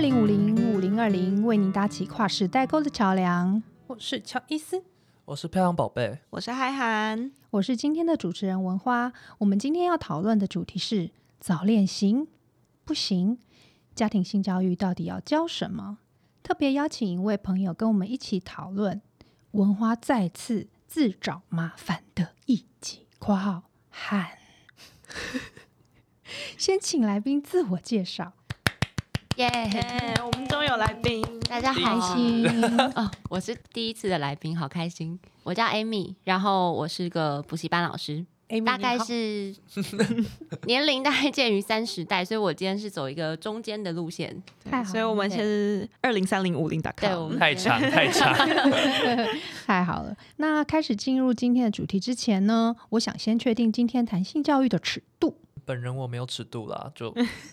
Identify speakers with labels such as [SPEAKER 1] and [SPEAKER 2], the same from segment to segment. [SPEAKER 1] 零五零五零二零为您搭起跨时代沟的桥梁。
[SPEAKER 2] 我是乔伊斯，
[SPEAKER 3] 我是漂亮宝贝，
[SPEAKER 4] 我是嗨涵，
[SPEAKER 1] 我是今天的主持人文花。我们今天要讨论的主题是早恋行不行？家庭性教育到底要教什么？特别邀请一位朋友跟我们一起讨论。文花再次自找麻烦的一集（括号汉）。先请来宾自我介绍，
[SPEAKER 5] 耶、
[SPEAKER 4] 耶！我们终于有来宾，
[SPEAKER 5] 大家
[SPEAKER 1] 开
[SPEAKER 5] 好，
[SPEAKER 1] 心。
[SPEAKER 5] 哦！我是第一次的来宾，好开心。我叫 Amy，然后我是个补习班老师，
[SPEAKER 2] Amy，
[SPEAKER 5] 大概
[SPEAKER 2] 你好
[SPEAKER 5] 是 年龄大概介于三十代，所以我今天是走一个中间的路线。
[SPEAKER 1] 太好了
[SPEAKER 4] 所以我们是二零三零五零
[SPEAKER 5] 对，我们
[SPEAKER 4] .com，
[SPEAKER 3] 太长 太长，
[SPEAKER 1] 太好了。那开始进入今天的主题之前呢，我想先确定今天谈性教育的尺度。
[SPEAKER 3] 本人我没有尺度啦， 就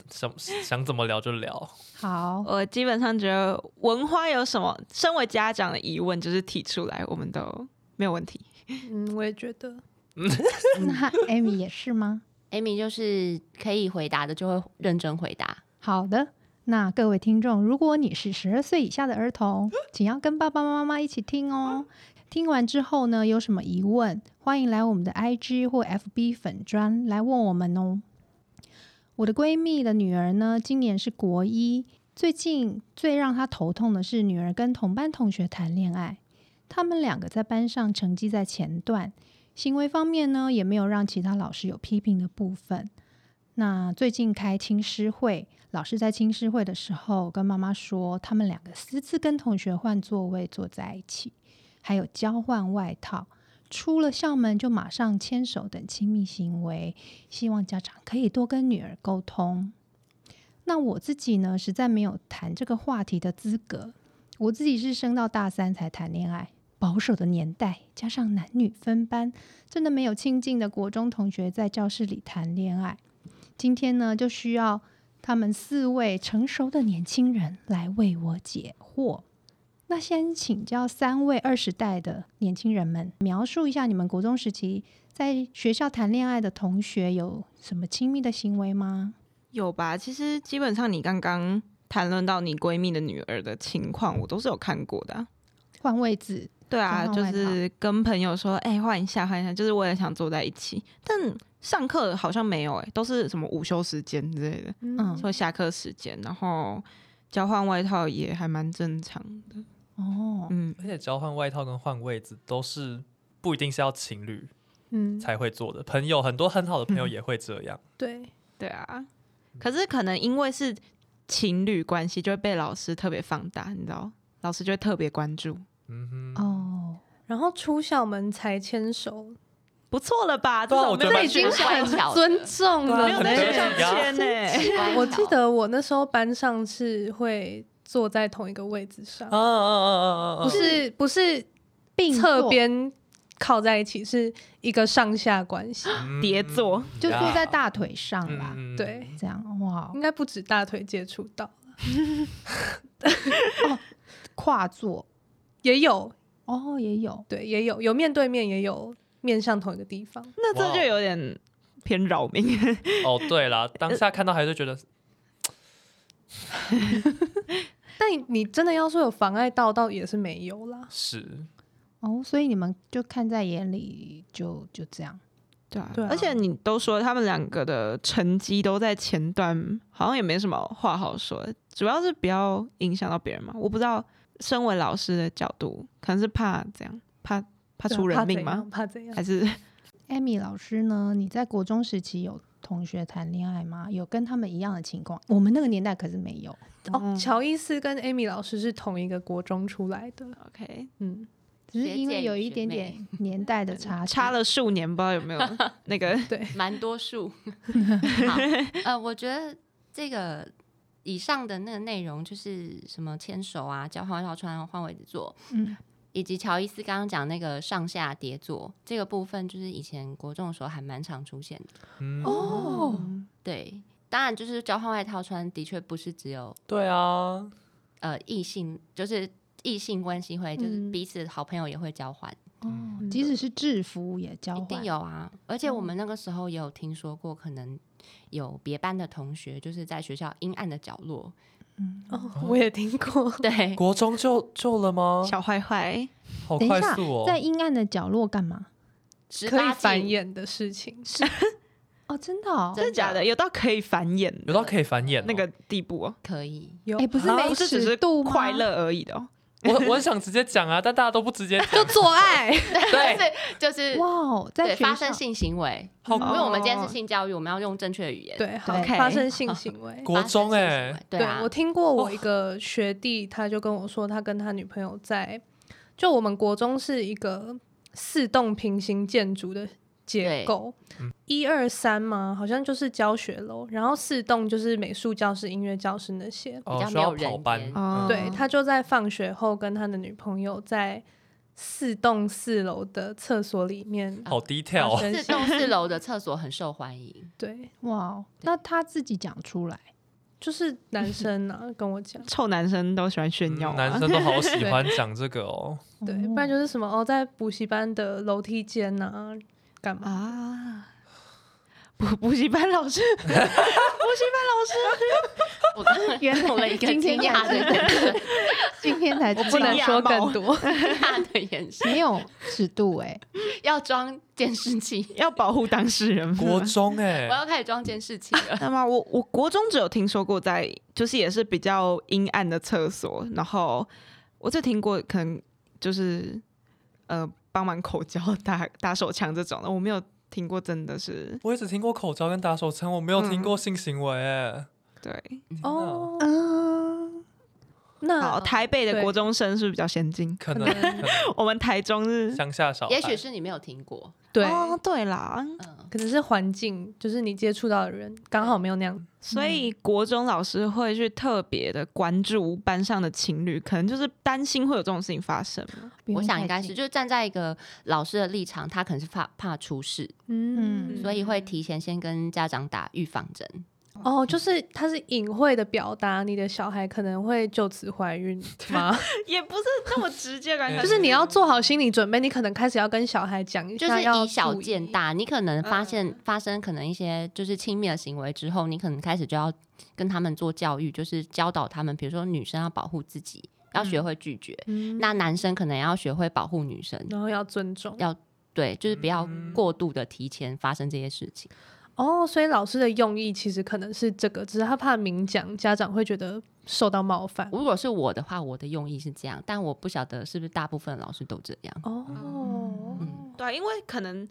[SPEAKER 3] 想想怎么聊就聊。
[SPEAKER 1] 好，
[SPEAKER 4] 我基本上觉得文花有什么，身为家长的疑问就是提出来，我们都没有问题。
[SPEAKER 2] 嗯，我也觉得
[SPEAKER 1] 那 Amy 也是吗？
[SPEAKER 5] Amy 就是可以回答的就会认真回答。
[SPEAKER 1] 好的。那各位听众，如果你是十二岁以下的儿童，请要跟爸爸妈妈一起听哦。听完之后呢，有什么疑问，欢迎来我们的 IG 或 FB 粉砖来问我们哦。我的闺蜜的女儿呢，今年是国一，最近最让她头痛的是女儿跟同班同学谈恋爱，他们两个在班上成绩在前段，行为方面呢也没有让其他老师有批评的部分。那最近开亲师会，老师在亲师会的时候跟妈妈说，他们两个私自跟同学换座位坐在一起，还有交换外套，出了校门就马上牵手等亲密行为，希望家长可以多跟女儿沟通。那我自己呢，实在没有谈这个话题的资格，我自己是升到大三才谈恋爱。保守的年代，加上男女分班，真的没有亲近的国中同学在教室里谈恋爱。今天呢，就需要他们四位成熟的年轻人来为我解惑。那先请教三位二十代的年轻人们，描述一下你们国中时期在学校谈恋爱的同学有什么亲密的行为吗？
[SPEAKER 4] 有吧？其实基本上你刚刚谈论到你闺蜜的女儿的情况，我都是有看过的啊、
[SPEAKER 1] 换位置，
[SPEAKER 4] 对啊，
[SPEAKER 1] 交换
[SPEAKER 4] 就
[SPEAKER 1] 外套
[SPEAKER 4] 是跟朋友说，哎、换一下，换一下，就是我也想坐在一起，但上课好像没有、哎，都是什么午休时间之类的，
[SPEAKER 1] 嗯，
[SPEAKER 4] 说下课时间，然后交换外套也还蛮正常的。
[SPEAKER 1] 哦，
[SPEAKER 4] 嗯，
[SPEAKER 3] 而且交换外套跟换位置都是不一定是要情侣
[SPEAKER 2] 嗯，
[SPEAKER 3] 才会做的，朋友很多很好的朋友
[SPEAKER 4] 嗯
[SPEAKER 3] 也会这样。
[SPEAKER 2] 对，
[SPEAKER 4] 对啊，可是可能因为是情侣关系，就会被老师特别放大，你知道，老师就会特别关注。
[SPEAKER 3] 嗯哼，
[SPEAKER 1] 哦，
[SPEAKER 2] 然后出校门才牵手，
[SPEAKER 4] 不错了吧？
[SPEAKER 3] 对啊
[SPEAKER 4] 种
[SPEAKER 3] 我觉
[SPEAKER 4] 没
[SPEAKER 3] 得
[SPEAKER 4] 有
[SPEAKER 3] 蛮
[SPEAKER 4] 在学校
[SPEAKER 5] 乖巧的
[SPEAKER 2] 尊重
[SPEAKER 3] 对啊
[SPEAKER 2] 了，
[SPEAKER 4] 没有在学校欸
[SPEAKER 3] 对啊
[SPEAKER 4] 签呢、
[SPEAKER 5] 乖巧
[SPEAKER 2] 我记得我那时候班上是会坐在同一个位置上，
[SPEAKER 4] 哦
[SPEAKER 3] 啊啊啊啊啊啊
[SPEAKER 2] 不！是不是
[SPEAKER 1] 哦并
[SPEAKER 2] 侧
[SPEAKER 1] 坐
[SPEAKER 2] 边靠在一起，是一个上下关 系，
[SPEAKER 3] 嗯
[SPEAKER 4] 叠坐
[SPEAKER 1] 就坐在，大
[SPEAKER 3] 呀
[SPEAKER 1] 腿上啦，
[SPEAKER 3] 嗯
[SPEAKER 2] 对，
[SPEAKER 1] 这样哇，
[SPEAKER 2] 应该不止大腿接触到，
[SPEAKER 1] 跨坐
[SPEAKER 2] 也有
[SPEAKER 1] 哦也有，
[SPEAKER 2] 对也有有面对面，也有面向同一个地方。
[SPEAKER 4] 那这就有点偏扰民。
[SPEAKER 3] 哦，对啦，当下看到还是觉得
[SPEAKER 2] 但你你真的要说有妨碍到，倒也是没有啦。
[SPEAKER 3] 是
[SPEAKER 1] 哦，所以你们就看在眼里，就就这样。
[SPEAKER 4] 对啊
[SPEAKER 2] 对啊
[SPEAKER 4] 而且你都说他们两个的成绩都在前段，好像也没什么话好说，主要是不要影响到别人嘛。我不知道，身为老师的角度，可能是怕这样，怕怕
[SPEAKER 2] 对啊
[SPEAKER 4] 出人命
[SPEAKER 2] 怎
[SPEAKER 4] 吗
[SPEAKER 2] 样？怕怎样
[SPEAKER 4] 还？是
[SPEAKER 1] Amy 老师呢？你在国中时期有同学谈恋爱吗？有跟他们一样的情况？我们那个年代可是没有。
[SPEAKER 2] 哦，乔伊斯跟 Amy 老师是同一个国中出来的，
[SPEAKER 4] OK
[SPEAKER 2] 嗯，
[SPEAKER 1] 只是因
[SPEAKER 5] 学姐
[SPEAKER 1] 为
[SPEAKER 5] 与
[SPEAKER 1] 有一
[SPEAKER 5] 学
[SPEAKER 1] 点
[SPEAKER 5] 妹
[SPEAKER 1] 点 年代的差距
[SPEAKER 4] 差了数年，不知道有没有那个
[SPEAKER 5] 蛮多数。 好，呃，我觉得这个以上的那个内容就是什么牵手啊、交换外套穿、换位置坐，
[SPEAKER 1] 嗯，
[SPEAKER 5] 以及乔伊斯刚刚讲那个上下叠坐这个部分，就是以前国中的时候还蛮常出现的。
[SPEAKER 3] 嗯，
[SPEAKER 1] 哦，
[SPEAKER 5] 对，当然就是交换外套穿的确不是只有
[SPEAKER 3] 对啊，
[SPEAKER 5] 呃异性，就是异性关系会，就是
[SPEAKER 2] 嗯
[SPEAKER 5] 彼此好朋友也会交换，
[SPEAKER 1] 哦
[SPEAKER 2] 嗯
[SPEAKER 1] 即使是制服也交
[SPEAKER 5] 一
[SPEAKER 1] 换
[SPEAKER 5] 定，有啊。而且我们那个时候也有听说过，可能有别班的同学就是在学校阴暗的角落。
[SPEAKER 1] 嗯
[SPEAKER 2] 哦，我也听过，
[SPEAKER 5] 对，
[SPEAKER 3] 国中就就了吗？
[SPEAKER 4] 小坏坏，
[SPEAKER 3] 好
[SPEAKER 1] 等一
[SPEAKER 3] 快
[SPEAKER 1] 下
[SPEAKER 3] 速哦！
[SPEAKER 1] 在阴暗的角落干嘛？
[SPEAKER 5] 十
[SPEAKER 2] 可以
[SPEAKER 5] 八
[SPEAKER 2] 繁
[SPEAKER 5] 禁，
[SPEAKER 2] 衍的事情，
[SPEAKER 1] 哦，真的哦，
[SPEAKER 5] 真
[SPEAKER 4] 真的假
[SPEAKER 5] 的
[SPEAKER 4] 的？有到可以繁衍
[SPEAKER 3] 有到可以繁衍哦
[SPEAKER 4] 那个地步哦，
[SPEAKER 5] 可 以，
[SPEAKER 2] 有
[SPEAKER 1] 哎，不是没
[SPEAKER 4] 不啊是只是
[SPEAKER 1] 尺度吗
[SPEAKER 4] 快，乐而已的哦。
[SPEAKER 3] 我我很想直接讲啊，但大家都不 直接
[SPEAKER 2] 就
[SPEAKER 3] 讲，
[SPEAKER 2] 做爱，
[SPEAKER 3] 对，
[SPEAKER 5] 就是就是
[SPEAKER 1] 哇哦，在
[SPEAKER 5] 对
[SPEAKER 1] 学
[SPEAKER 5] 发
[SPEAKER 1] 校
[SPEAKER 5] 生性行为，
[SPEAKER 3] 好
[SPEAKER 5] 因
[SPEAKER 4] 哦
[SPEAKER 5] 为我们今天是性教育，我们要用正确的语言。
[SPEAKER 2] 对，好
[SPEAKER 1] OK
[SPEAKER 2] 发生性行 为。
[SPEAKER 3] 国中
[SPEAKER 5] 哎、
[SPEAKER 3] 哎、
[SPEAKER 5] 对啊
[SPEAKER 2] 我，听过我一个学弟，他就跟我说，他跟他女朋友在，就我们国中是一个四栋平行建筑的结
[SPEAKER 5] 对
[SPEAKER 2] 构
[SPEAKER 3] 嗯，
[SPEAKER 2] 一二三嘛，好像就是教学楼，然后四栋就是美术教室、音乐教室那些。
[SPEAKER 5] 比
[SPEAKER 3] 哦，
[SPEAKER 5] 较
[SPEAKER 3] 需
[SPEAKER 5] 没
[SPEAKER 3] 要
[SPEAKER 5] 有人嗯
[SPEAKER 3] 跑班嗯
[SPEAKER 5] 烟，
[SPEAKER 4] 哦
[SPEAKER 2] 对他就在放学后跟他的女朋友在四栋四楼的厕所里面，
[SPEAKER 5] 啊
[SPEAKER 3] 好
[SPEAKER 2] 啊发
[SPEAKER 3] detail 哦。
[SPEAKER 2] 生
[SPEAKER 5] 四
[SPEAKER 2] 性
[SPEAKER 5] 栋四楼的厕所很受欢 迎，
[SPEAKER 2] 对，
[SPEAKER 1] 哇哦，那他自己讲出来，
[SPEAKER 2] 就是 男生啊跟我
[SPEAKER 5] 哦
[SPEAKER 2] 讲。
[SPEAKER 4] 臭男生都喜欢炫耀
[SPEAKER 3] 嗯
[SPEAKER 2] 哦
[SPEAKER 4] 啊，
[SPEAKER 3] 男生都好喜欢讲这个 哦，
[SPEAKER 2] 对，
[SPEAKER 1] 哦
[SPEAKER 2] 不然就是什么哦，在补习班的楼梯间呐、干嘛？
[SPEAKER 4] 啊。补补习班老师，
[SPEAKER 5] 我刚刚
[SPEAKER 1] 原来
[SPEAKER 5] 用了一个
[SPEAKER 1] 今天
[SPEAKER 5] 惊讶的眼神，
[SPEAKER 1] 今天才知
[SPEAKER 4] 我不
[SPEAKER 2] 不
[SPEAKER 1] 道
[SPEAKER 2] 能
[SPEAKER 4] 惊讶
[SPEAKER 2] 说
[SPEAKER 4] 帽
[SPEAKER 2] 更多。
[SPEAKER 5] 惊讶的眼 神，
[SPEAKER 1] 没有尺度哎，
[SPEAKER 5] 要装监视器，
[SPEAKER 4] 要保护当事人。
[SPEAKER 3] 国中哎、
[SPEAKER 5] 我要开始装监视器 了。
[SPEAKER 4] 那么我我国中只有听说过在，就是也是比较阴暗的厕所，然后我只听过可能就是呃帮忙口交、打打手枪这种的，我没有听过真的是
[SPEAKER 3] 我也只听过口罩跟打手枪，我没有听过性行为哎、
[SPEAKER 4] 对。
[SPEAKER 2] 哦，
[SPEAKER 1] 嗯，
[SPEAKER 2] 那
[SPEAKER 4] 好，台北的
[SPEAKER 2] 对
[SPEAKER 4] 国中生是不是比较先进？
[SPEAKER 3] 可能
[SPEAKER 2] 可能
[SPEAKER 3] 可能
[SPEAKER 4] 我们台中是
[SPEAKER 3] 乡下小孩，
[SPEAKER 5] 也许是你没有听过，
[SPEAKER 2] 对，
[SPEAKER 4] 哦，对啦，
[SPEAKER 5] 嗯，
[SPEAKER 2] 可能是环境，就是你接触到的人刚好没有那样。
[SPEAKER 4] 所以国中老师会去特别的关注班上的情侣，可能就是担心会有这种事情发生嘛。
[SPEAKER 1] 不用
[SPEAKER 5] 我想
[SPEAKER 1] 太
[SPEAKER 5] 应该是，
[SPEAKER 1] 紧
[SPEAKER 5] 就是站在一个老师的立场，他可能是怕怕出事，
[SPEAKER 1] 嗯
[SPEAKER 5] 所以会提前先跟家长打预防针。
[SPEAKER 2] 哦，就是他是隐晦的表达你的小孩可能会就此 怀孕吗？
[SPEAKER 4] 也不是那么直接感觉，
[SPEAKER 2] 就是你要做好心理准备，你可能开始要跟小孩讲一
[SPEAKER 5] 就
[SPEAKER 2] 下，
[SPEAKER 5] 是
[SPEAKER 2] 要
[SPEAKER 5] 以小
[SPEAKER 2] 注意
[SPEAKER 5] 见。大，你可能发现
[SPEAKER 4] 嗯
[SPEAKER 5] 发生可能一些就是亲密的行为之后，你可能开始就要跟他们做教育，就是教导他们，比如说女生要保护自己，要学会拒绝；
[SPEAKER 2] 嗯
[SPEAKER 5] 那男生可能要学会保护女生，
[SPEAKER 2] 然后要尊重
[SPEAKER 5] 要对，就是不要
[SPEAKER 3] 嗯
[SPEAKER 5] 过度的提前发生这些事情。
[SPEAKER 2] 哦，所以老师的用意其实可能是这个，只是他怕明讲，家长会觉得受到冒犯。
[SPEAKER 5] 如果是我的话，我的用意是这样，但我不晓得是不是大部分老师都这样。
[SPEAKER 2] 哦，
[SPEAKER 5] 嗯
[SPEAKER 4] 对啊，因为可能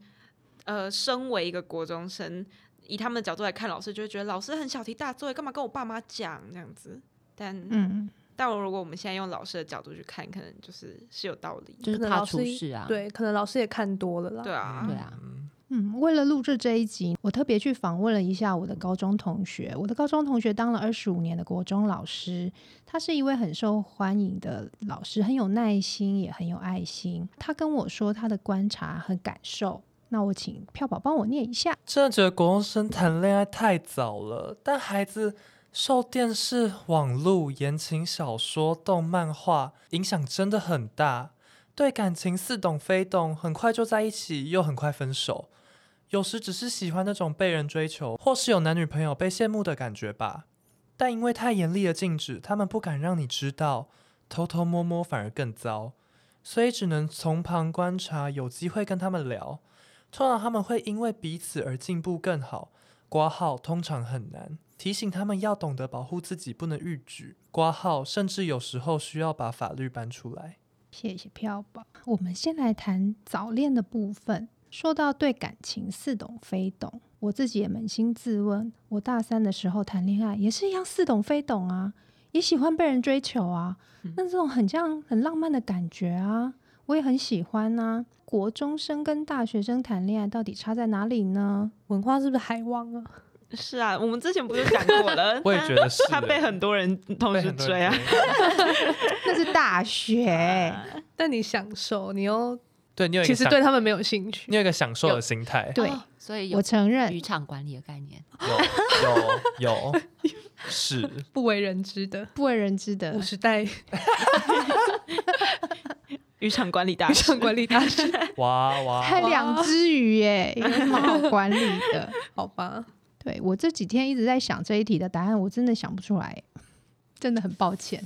[SPEAKER 4] 呃，身为一个国中生，以他们的角度来看，老师就会觉得老师很小题大做，干嘛跟我爸妈讲这样子？但、
[SPEAKER 1] 嗯，
[SPEAKER 4] 但我如果我们现在用老师的角度去看，可能就是是有道理。
[SPEAKER 5] 就是
[SPEAKER 2] 可能
[SPEAKER 5] 怕
[SPEAKER 2] 老师
[SPEAKER 5] 出事
[SPEAKER 3] 嗯
[SPEAKER 5] 啊，
[SPEAKER 2] 对，可能老师也看多了啦。
[SPEAKER 4] 对啊，
[SPEAKER 5] 对啊，
[SPEAKER 1] 嗯，为了录制这一集，我特别去访问了一下我的高中同学。我的高中同学当了二十五年的国中老师，他是一位很受欢迎的老师，很有耐心，也很有爱心。他跟我说他的观察和感受。那我请票宝帮我念一下。
[SPEAKER 3] 真的觉得国中生谈恋爱太早了，但孩子受电视、网络、言情小说、动漫画影响真的很大，对感情似懂非懂，很快就在一起，又很快分手。有时只是喜欢那种被人追求，或是有男女朋友被羡慕的感觉吧。但因为太严厉的禁止，他们不敢让你知道，偷偷摸摸反而更糟，所以只能从旁观察，有机会跟他们聊。通常他们会因为彼此而进步更好。挂号通常很难，提醒他们要懂得保护自己，不能逾矩。挂号甚至有时候需要把法律搬出来。？
[SPEAKER 1] 谢谢票宝。我们先来谈早恋的部分。说到对感情似懂非懂，我自己也扪心自问，我大三的时候谈恋爱也是一样似懂非懂啊，也喜欢被人追求啊，那这种很像很浪漫的感觉啊，我也很喜欢啊。国中生跟大学生谈恋爱到底差在哪里呢？
[SPEAKER 2] 文化是不是海王啊？
[SPEAKER 4] 是啊，我们之前不就讲过了
[SPEAKER 3] 我也觉得是
[SPEAKER 4] 他被很多人同
[SPEAKER 3] 被
[SPEAKER 4] 时
[SPEAKER 3] 很多人
[SPEAKER 4] 追啊。
[SPEAKER 1] 那是大学，
[SPEAKER 2] 但你享受，你又
[SPEAKER 3] 对你有一
[SPEAKER 2] 其
[SPEAKER 3] 个
[SPEAKER 2] 实
[SPEAKER 3] 享
[SPEAKER 2] 对他们没有兴趣
[SPEAKER 3] 你。有一个享受的 心态，
[SPEAKER 1] 对
[SPEAKER 5] 哦所以有
[SPEAKER 1] 我承
[SPEAKER 5] 渔
[SPEAKER 1] 认。
[SPEAKER 5] 场管理的概念。
[SPEAKER 3] 有有有 是
[SPEAKER 2] 不为人知的
[SPEAKER 1] 不为人知
[SPEAKER 2] 五
[SPEAKER 1] 的，
[SPEAKER 2] 十代
[SPEAKER 4] 渔场管理大
[SPEAKER 2] 渔
[SPEAKER 4] 师
[SPEAKER 2] 场管理大 师，
[SPEAKER 3] 哇哇
[SPEAKER 1] 还两只鱼耶，有什么好管理的？
[SPEAKER 2] 好吧？
[SPEAKER 1] 对我这几天一直在想这一题的答案，我真的想不出来。真的很抱歉。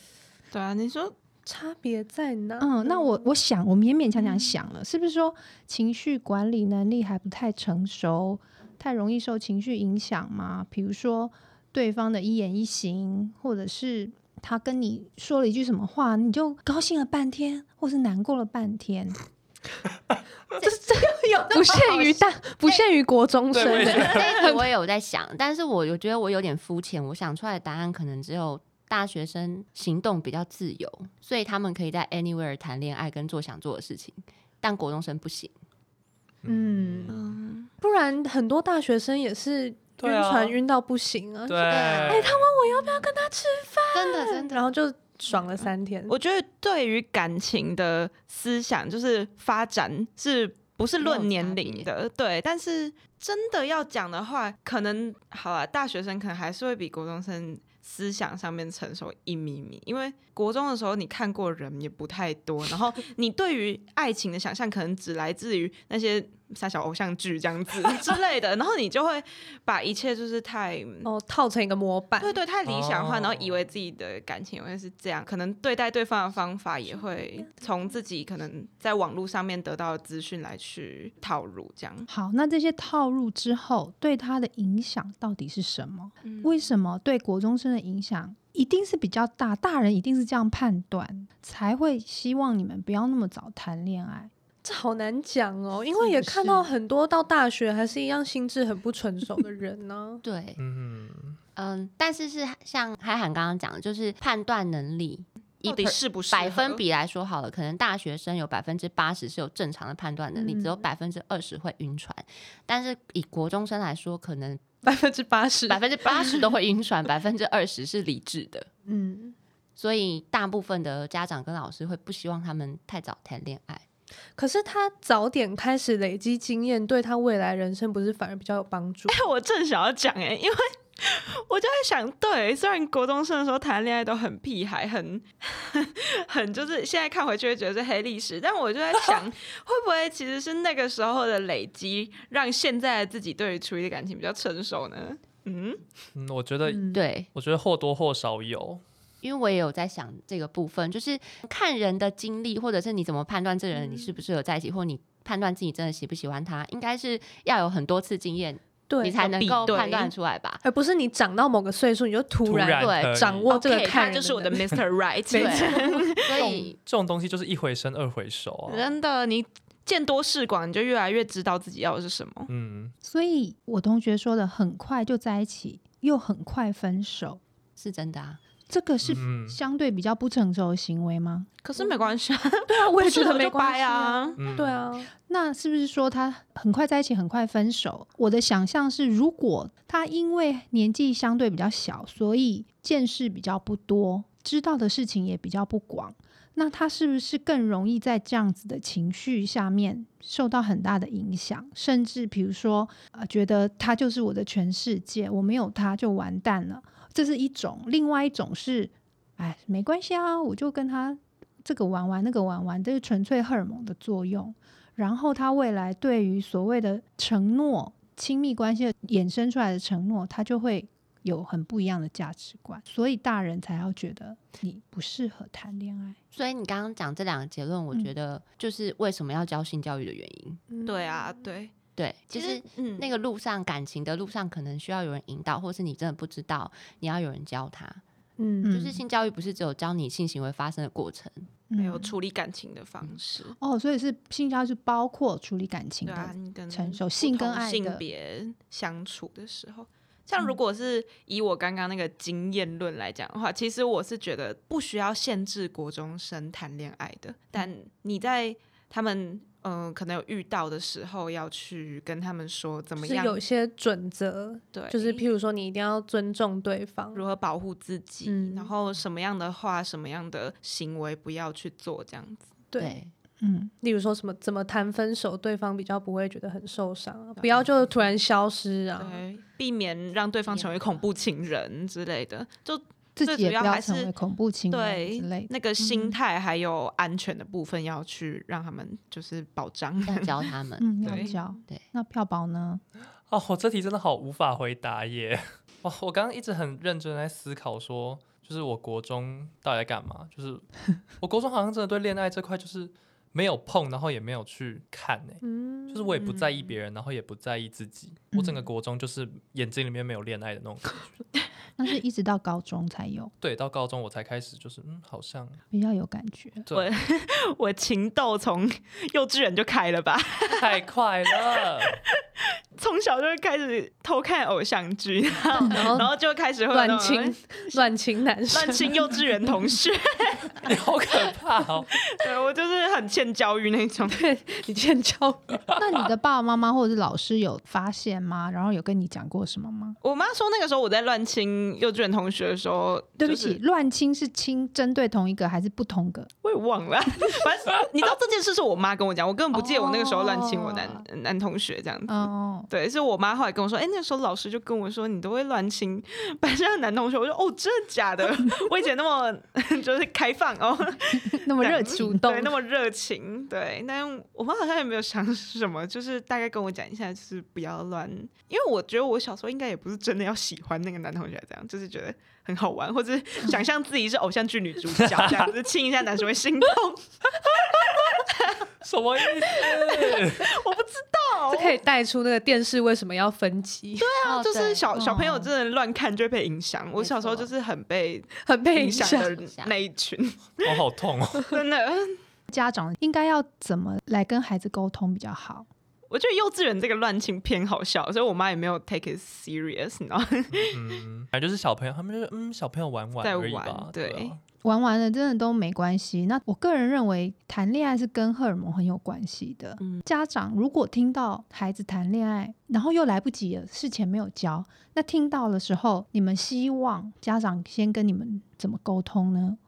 [SPEAKER 4] 对啊，你说
[SPEAKER 2] 差别在哪？
[SPEAKER 1] 嗯，那我我想，我勉勉强强想了，是不是说情绪管理能力还不太成熟，太容易受情绪影响吗？比如说对方的一言一行，或者是他跟你说了一句什么话，你就高兴了半天，或是难过了半天。这这有
[SPEAKER 2] 不限于大， 不限于国中生
[SPEAKER 3] 对我也觉
[SPEAKER 2] 欸，
[SPEAKER 5] 这一题我也有在想，但是我有觉得我有点肤浅，我想出来的答案可能只有大学生行动比较自由，所以他们可以在 anywhere 谈恋爱跟做想做的事情，但国中生不行。
[SPEAKER 1] 嗯，
[SPEAKER 4] 嗯，
[SPEAKER 2] 不然很多大学生也是晕
[SPEAKER 3] 对啊
[SPEAKER 2] 船晕到不行啊。
[SPEAKER 3] 对，
[SPEAKER 5] 哎
[SPEAKER 2] 他问我要不要跟他吃
[SPEAKER 5] 真的真。
[SPEAKER 2] 饭，然后就爽了三天。
[SPEAKER 4] 我觉得对于感情的思想就是发展是。不是论年龄的，对，但是真的要讲的话，可能好了，大学生可能还是会比国中生思想上面成熟一咪咪，因为国中的时候你看过人也不太多， 然后你对于爱情的想象可能只来自于那些傻小偶像剧这样子 之类的，然后你就会把一切就是太
[SPEAKER 2] 哦，套成一个模 板，
[SPEAKER 4] 对对，太理想化，然后以
[SPEAKER 3] 哦
[SPEAKER 4] 为自己的感情也会是这样，可能对待对方的方法也会从自己可能在网络上面得到的资讯来去套入这样。
[SPEAKER 1] 好，那这些套入之后对他的影响到底是什么？
[SPEAKER 4] 嗯
[SPEAKER 1] 为什么对国中生的影响一定是比较大？大人一定是这样判断，才会希望你们不要那么早谈恋爱。
[SPEAKER 2] 这好难讲哦，因
[SPEAKER 1] 是
[SPEAKER 2] 为也
[SPEAKER 1] 不
[SPEAKER 2] 看到
[SPEAKER 1] 是
[SPEAKER 2] 很多到大学还是一样心智很不成熟的人呢
[SPEAKER 5] 对，
[SPEAKER 3] 嗯，
[SPEAKER 5] 嗯，但是是像海涵刚刚讲的，就是判断能力，以
[SPEAKER 4] 到底
[SPEAKER 5] 比
[SPEAKER 4] 适不适合
[SPEAKER 5] 百分比来说好了，可能大学生有百分之八十是有正常的判断能力，只有
[SPEAKER 2] 嗯
[SPEAKER 5] 百分之二十会晕船。但是以国中生来说，可能
[SPEAKER 2] 百分之八 十，
[SPEAKER 5] 百分之八十都会晕船，百分之二十是理智的。
[SPEAKER 2] 嗯，
[SPEAKER 5] 所以大部分的家长跟老师会不希望他们太早谈恋爱。
[SPEAKER 2] 可是他早点开始累积经验，对他未来人生不是反而比较有帮助？
[SPEAKER 4] 哎， 我正想要讲哎、因为 我就在想，对，虽然国中生的时候谈恋爱都很屁孩，很 很就是现在看回去会觉得是黑历史，但我就在想， 会不会其实是那个时候的累积，让现在的自己对于处理的感情比较成熟呢？嗯，
[SPEAKER 3] 嗯我觉得，
[SPEAKER 2] 嗯，
[SPEAKER 5] 对，
[SPEAKER 3] 我觉得或多或少有，
[SPEAKER 5] 因为我也有在想这个部分，就是看人的经历，或者是你怎么判断这个人你适不适合在一起，或你判断自己真的喜不喜欢他，应该是要有很多次经验，
[SPEAKER 2] 对，
[SPEAKER 5] 你才能够
[SPEAKER 4] 比对
[SPEAKER 5] 判断出来 吧。
[SPEAKER 2] 而不是你长到某个岁数你就突
[SPEAKER 3] 突
[SPEAKER 2] 然
[SPEAKER 5] 对
[SPEAKER 3] 可以
[SPEAKER 2] 掌握哦这个
[SPEAKER 4] OK，
[SPEAKER 2] 看
[SPEAKER 4] 他
[SPEAKER 2] 人
[SPEAKER 4] 就是我的
[SPEAKER 2] 能力
[SPEAKER 4] Mr. Right，
[SPEAKER 5] 对，所以
[SPEAKER 3] 这种东西就是一回生二回熟啊。
[SPEAKER 4] 真的，你见多识广，你就越来越知道自己要的是什么。
[SPEAKER 3] 嗯，
[SPEAKER 1] 所以我同学说的，很快就在一起，又很快分手，
[SPEAKER 5] 是真的啊。
[SPEAKER 1] 这个是
[SPEAKER 3] 嗯
[SPEAKER 1] 相对比较不成熟的行为吗？
[SPEAKER 4] 可是没关系啊，
[SPEAKER 2] 对嗯啊，我也
[SPEAKER 4] 不适
[SPEAKER 2] 觉
[SPEAKER 4] 合
[SPEAKER 2] 得
[SPEAKER 4] 就
[SPEAKER 2] 没关系
[SPEAKER 4] 掰啊。
[SPEAKER 3] 嗯
[SPEAKER 2] 对，啊，
[SPEAKER 1] 那是不是说他很快在一起，很快分手？我的想象是，如果他因为年纪相对比较小，所以见识比较不多，知道的事情也比较不广，那他是不是更容易在这样子的情绪下面受到很大的影响？甚至比如说，呃，觉得他就是我的全世界，我没有他就完蛋了，这是一种；另外一种是，哎，没关系啊，我就跟他。这个玩玩，那个玩玩，这是纯粹荷尔蒙的作用。然后他未来对于所谓的承诺、亲密关系的衍生出来的承诺，他就会有很不一样的价值观，所以大人才要觉得你不适合谈恋爱。
[SPEAKER 5] 所以你刚刚讲这两个结论，我
[SPEAKER 1] 嗯
[SPEAKER 5] 觉得就是为什么要教性教育的原因。
[SPEAKER 2] 嗯
[SPEAKER 4] 对啊，，对，
[SPEAKER 5] 对，其实
[SPEAKER 4] 嗯
[SPEAKER 5] 那
[SPEAKER 4] 个
[SPEAKER 5] 个路上感情的路上，可能需要有人引导，或是你真的不知道，你要有人教他。
[SPEAKER 2] 嗯，
[SPEAKER 5] 就是性教育不是只有教你性行为发生的过程，
[SPEAKER 4] 没有
[SPEAKER 1] 嗯
[SPEAKER 4] 处理感情的方式，
[SPEAKER 2] 嗯
[SPEAKER 1] 哦，所以是性交是包括处理感情
[SPEAKER 4] 对
[SPEAKER 1] 的，
[SPEAKER 4] 啊，你跟
[SPEAKER 1] 成熟
[SPEAKER 4] 不
[SPEAKER 1] 性跟
[SPEAKER 4] 同
[SPEAKER 1] 爱
[SPEAKER 4] 性
[SPEAKER 1] 的
[SPEAKER 4] 别相处的时候。像
[SPEAKER 1] 嗯
[SPEAKER 4] 如果是以我刚刚那个经验论来讲的话，其实我是觉得不需要限制国中生谈恋爱
[SPEAKER 2] 嗯
[SPEAKER 4] 的，但你在他们嗯、呃可能有遇到的时候，要去跟他们说怎么
[SPEAKER 2] 就是
[SPEAKER 4] 样
[SPEAKER 2] 有一些准则，
[SPEAKER 4] 对，
[SPEAKER 2] 就是譬如说你一定要尊重对方，
[SPEAKER 4] 如何保护自己，
[SPEAKER 2] 嗯
[SPEAKER 4] 然后什么样的话、什么样的行为不要去做，这样子。
[SPEAKER 2] 对，
[SPEAKER 1] 嗯，
[SPEAKER 2] 例如说什么怎么谈分手，对方比较不会觉得很受伤啊，不要就突然消失啊，
[SPEAKER 4] 对，避免让对方成为恐怖情人之类的，就
[SPEAKER 1] 自
[SPEAKER 4] 最
[SPEAKER 1] 己也
[SPEAKER 4] 主要
[SPEAKER 1] 不要
[SPEAKER 4] 还
[SPEAKER 1] 成
[SPEAKER 4] 是
[SPEAKER 1] 为恐怖情人
[SPEAKER 4] 对
[SPEAKER 1] 之类的。
[SPEAKER 4] 那个心
[SPEAKER 1] 嗯
[SPEAKER 4] 态还有安全的部分要去让他们就是保障。
[SPEAKER 5] 要教他 们。
[SPEAKER 1] 嗯，要
[SPEAKER 4] 对
[SPEAKER 1] 教。
[SPEAKER 5] 对，
[SPEAKER 1] 那票宝呢？
[SPEAKER 3] 哦哦，我这题真的好无法回答耶！哇，我刚刚一直很认真地在思考说，就是我国中到底在干嘛？就是 我国中好像真的对恋爱这块就是没有碰，然后也没有去看呢、
[SPEAKER 2] 嗯
[SPEAKER 3] 就是我也不在意别人，然后也不在意自己，我整个国中就是眼睛里面没有恋爱的那种感觉。
[SPEAKER 1] 那 是一直到高中才有
[SPEAKER 3] 对，到高中我才开始就是嗯，好 像
[SPEAKER 1] 比较有感觉。
[SPEAKER 3] 对，
[SPEAKER 4] 我情窦从 幼稚园就开了吧，
[SPEAKER 3] 太快 了，
[SPEAKER 4] 从小就会开始偷看偶像剧，
[SPEAKER 2] 然后
[SPEAKER 4] 然后就开始会有那种
[SPEAKER 2] 哦
[SPEAKER 4] 哎
[SPEAKER 2] 乱亲乱亲男生
[SPEAKER 4] 乱，亲幼稚园同学，
[SPEAKER 3] 你好可怕哦！
[SPEAKER 4] 对我就是很欠教育那种。
[SPEAKER 2] 对你 欠教育，
[SPEAKER 1] 那你的爸爸妈妈或者是老师有发现吗？然后有跟你讲过什么吗？
[SPEAKER 4] 我妈说那个时候我在乱亲幼稚园同学的时候，
[SPEAKER 1] 对不
[SPEAKER 4] 就是
[SPEAKER 1] 起，乱亲是亲针对同一个还是不同个？
[SPEAKER 4] 我也忘了， 反正 你知道这件事是我妈跟我讲，我根本不记得我那个时候乱亲我男、男同学这样子。
[SPEAKER 1] 哦，
[SPEAKER 4] 对，是我妈后来跟我说，哎、那时候老师就跟我说，你都会乱亲班上的男同学。我说，哦，真的假的？ 我以前那么就是开放哦，
[SPEAKER 1] 那么热
[SPEAKER 2] 主
[SPEAKER 1] 情，
[SPEAKER 2] 动
[SPEAKER 4] 对，那么热情，对。但我妈好像也没有想什么，就是大概跟我讲一下，就是不要乱，因为我觉得我小时候应该也不是真的要喜欢那个男同学，这样就是觉得很好玩，或者是想象自己是偶像剧女主角，这样子 亲一下男生会心动。
[SPEAKER 3] 什么意 思？
[SPEAKER 4] 我不知道，
[SPEAKER 2] 这可以带出那个电视为什么要分级，
[SPEAKER 5] 哦
[SPEAKER 4] 就是
[SPEAKER 5] 对
[SPEAKER 4] 小小朋友
[SPEAKER 1] 哦
[SPEAKER 2] 嗯
[SPEAKER 4] 真的乱看就会被影响。我小时候就是很被
[SPEAKER 2] 很被
[SPEAKER 4] 影
[SPEAKER 2] 影
[SPEAKER 4] 响
[SPEAKER 2] 响。
[SPEAKER 4] 的那一群，
[SPEAKER 3] 我好痛哦！
[SPEAKER 4] 真的。
[SPEAKER 1] 家长应该要怎么来跟孩子沟通比较好？
[SPEAKER 4] 我觉得幼稚园这个乱亲偏好笑，所以我妈也没有 take it serious，你知道吗？
[SPEAKER 3] 嗯，反正就是小朋友，他们就是嗯，小朋友玩玩
[SPEAKER 4] 在
[SPEAKER 3] 而已
[SPEAKER 4] 玩
[SPEAKER 3] 吧。
[SPEAKER 4] 对
[SPEAKER 3] 啊
[SPEAKER 1] 玩完了真的都没关系。那我个人认为，谈恋爱是跟荷尔蒙很有关系的。
[SPEAKER 5] 嗯
[SPEAKER 1] 家长如果听到孩子谈恋爱，然后又来不及了，事前没有教，那听到的时候，你们希望家长先跟你们怎么沟通呢？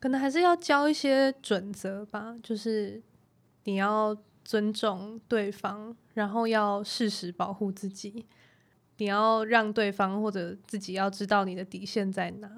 [SPEAKER 2] 可能还是要教一些准则吧，就是你要尊重对方，然后要适时保护自己，你要让对方或者自己要知道你的底线在哪。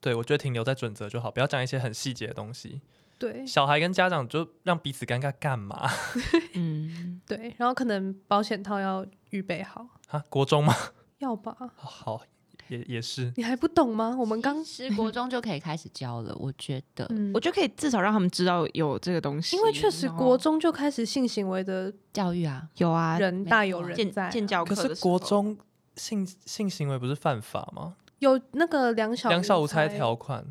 [SPEAKER 3] 对，我觉得停留在准则就好，不要讲一些很细节的东西。
[SPEAKER 2] 对
[SPEAKER 3] 小孩跟家长就让彼此尴尬干嘛
[SPEAKER 5] 嗯，
[SPEAKER 2] 对，然后可能保险套要预备好，
[SPEAKER 3] 啊？国中吗？ 哦
[SPEAKER 2] 要吧？
[SPEAKER 3] 好，也也是。
[SPEAKER 2] 你还不懂吗？我们刚
[SPEAKER 5] 其实国中就可以开始教了，我觉得。
[SPEAKER 2] 嗯
[SPEAKER 4] 我，觉得可以至少让他们知道有这个东西，
[SPEAKER 2] 因为确实
[SPEAKER 4] 然后
[SPEAKER 2] 国中就开始性行为的
[SPEAKER 5] 教育啊，
[SPEAKER 4] 有啊，
[SPEAKER 2] 人
[SPEAKER 5] 没
[SPEAKER 2] 大
[SPEAKER 5] 错
[SPEAKER 2] 有
[SPEAKER 5] 啊
[SPEAKER 2] 人
[SPEAKER 4] 建
[SPEAKER 2] 在啊、
[SPEAKER 4] 建教
[SPEAKER 3] 可
[SPEAKER 4] 课
[SPEAKER 3] 是
[SPEAKER 4] 的时候
[SPEAKER 3] 国中性性行为不是犯法吗？
[SPEAKER 2] 有那个两小
[SPEAKER 3] 两小无猜
[SPEAKER 2] 猜
[SPEAKER 3] 条款，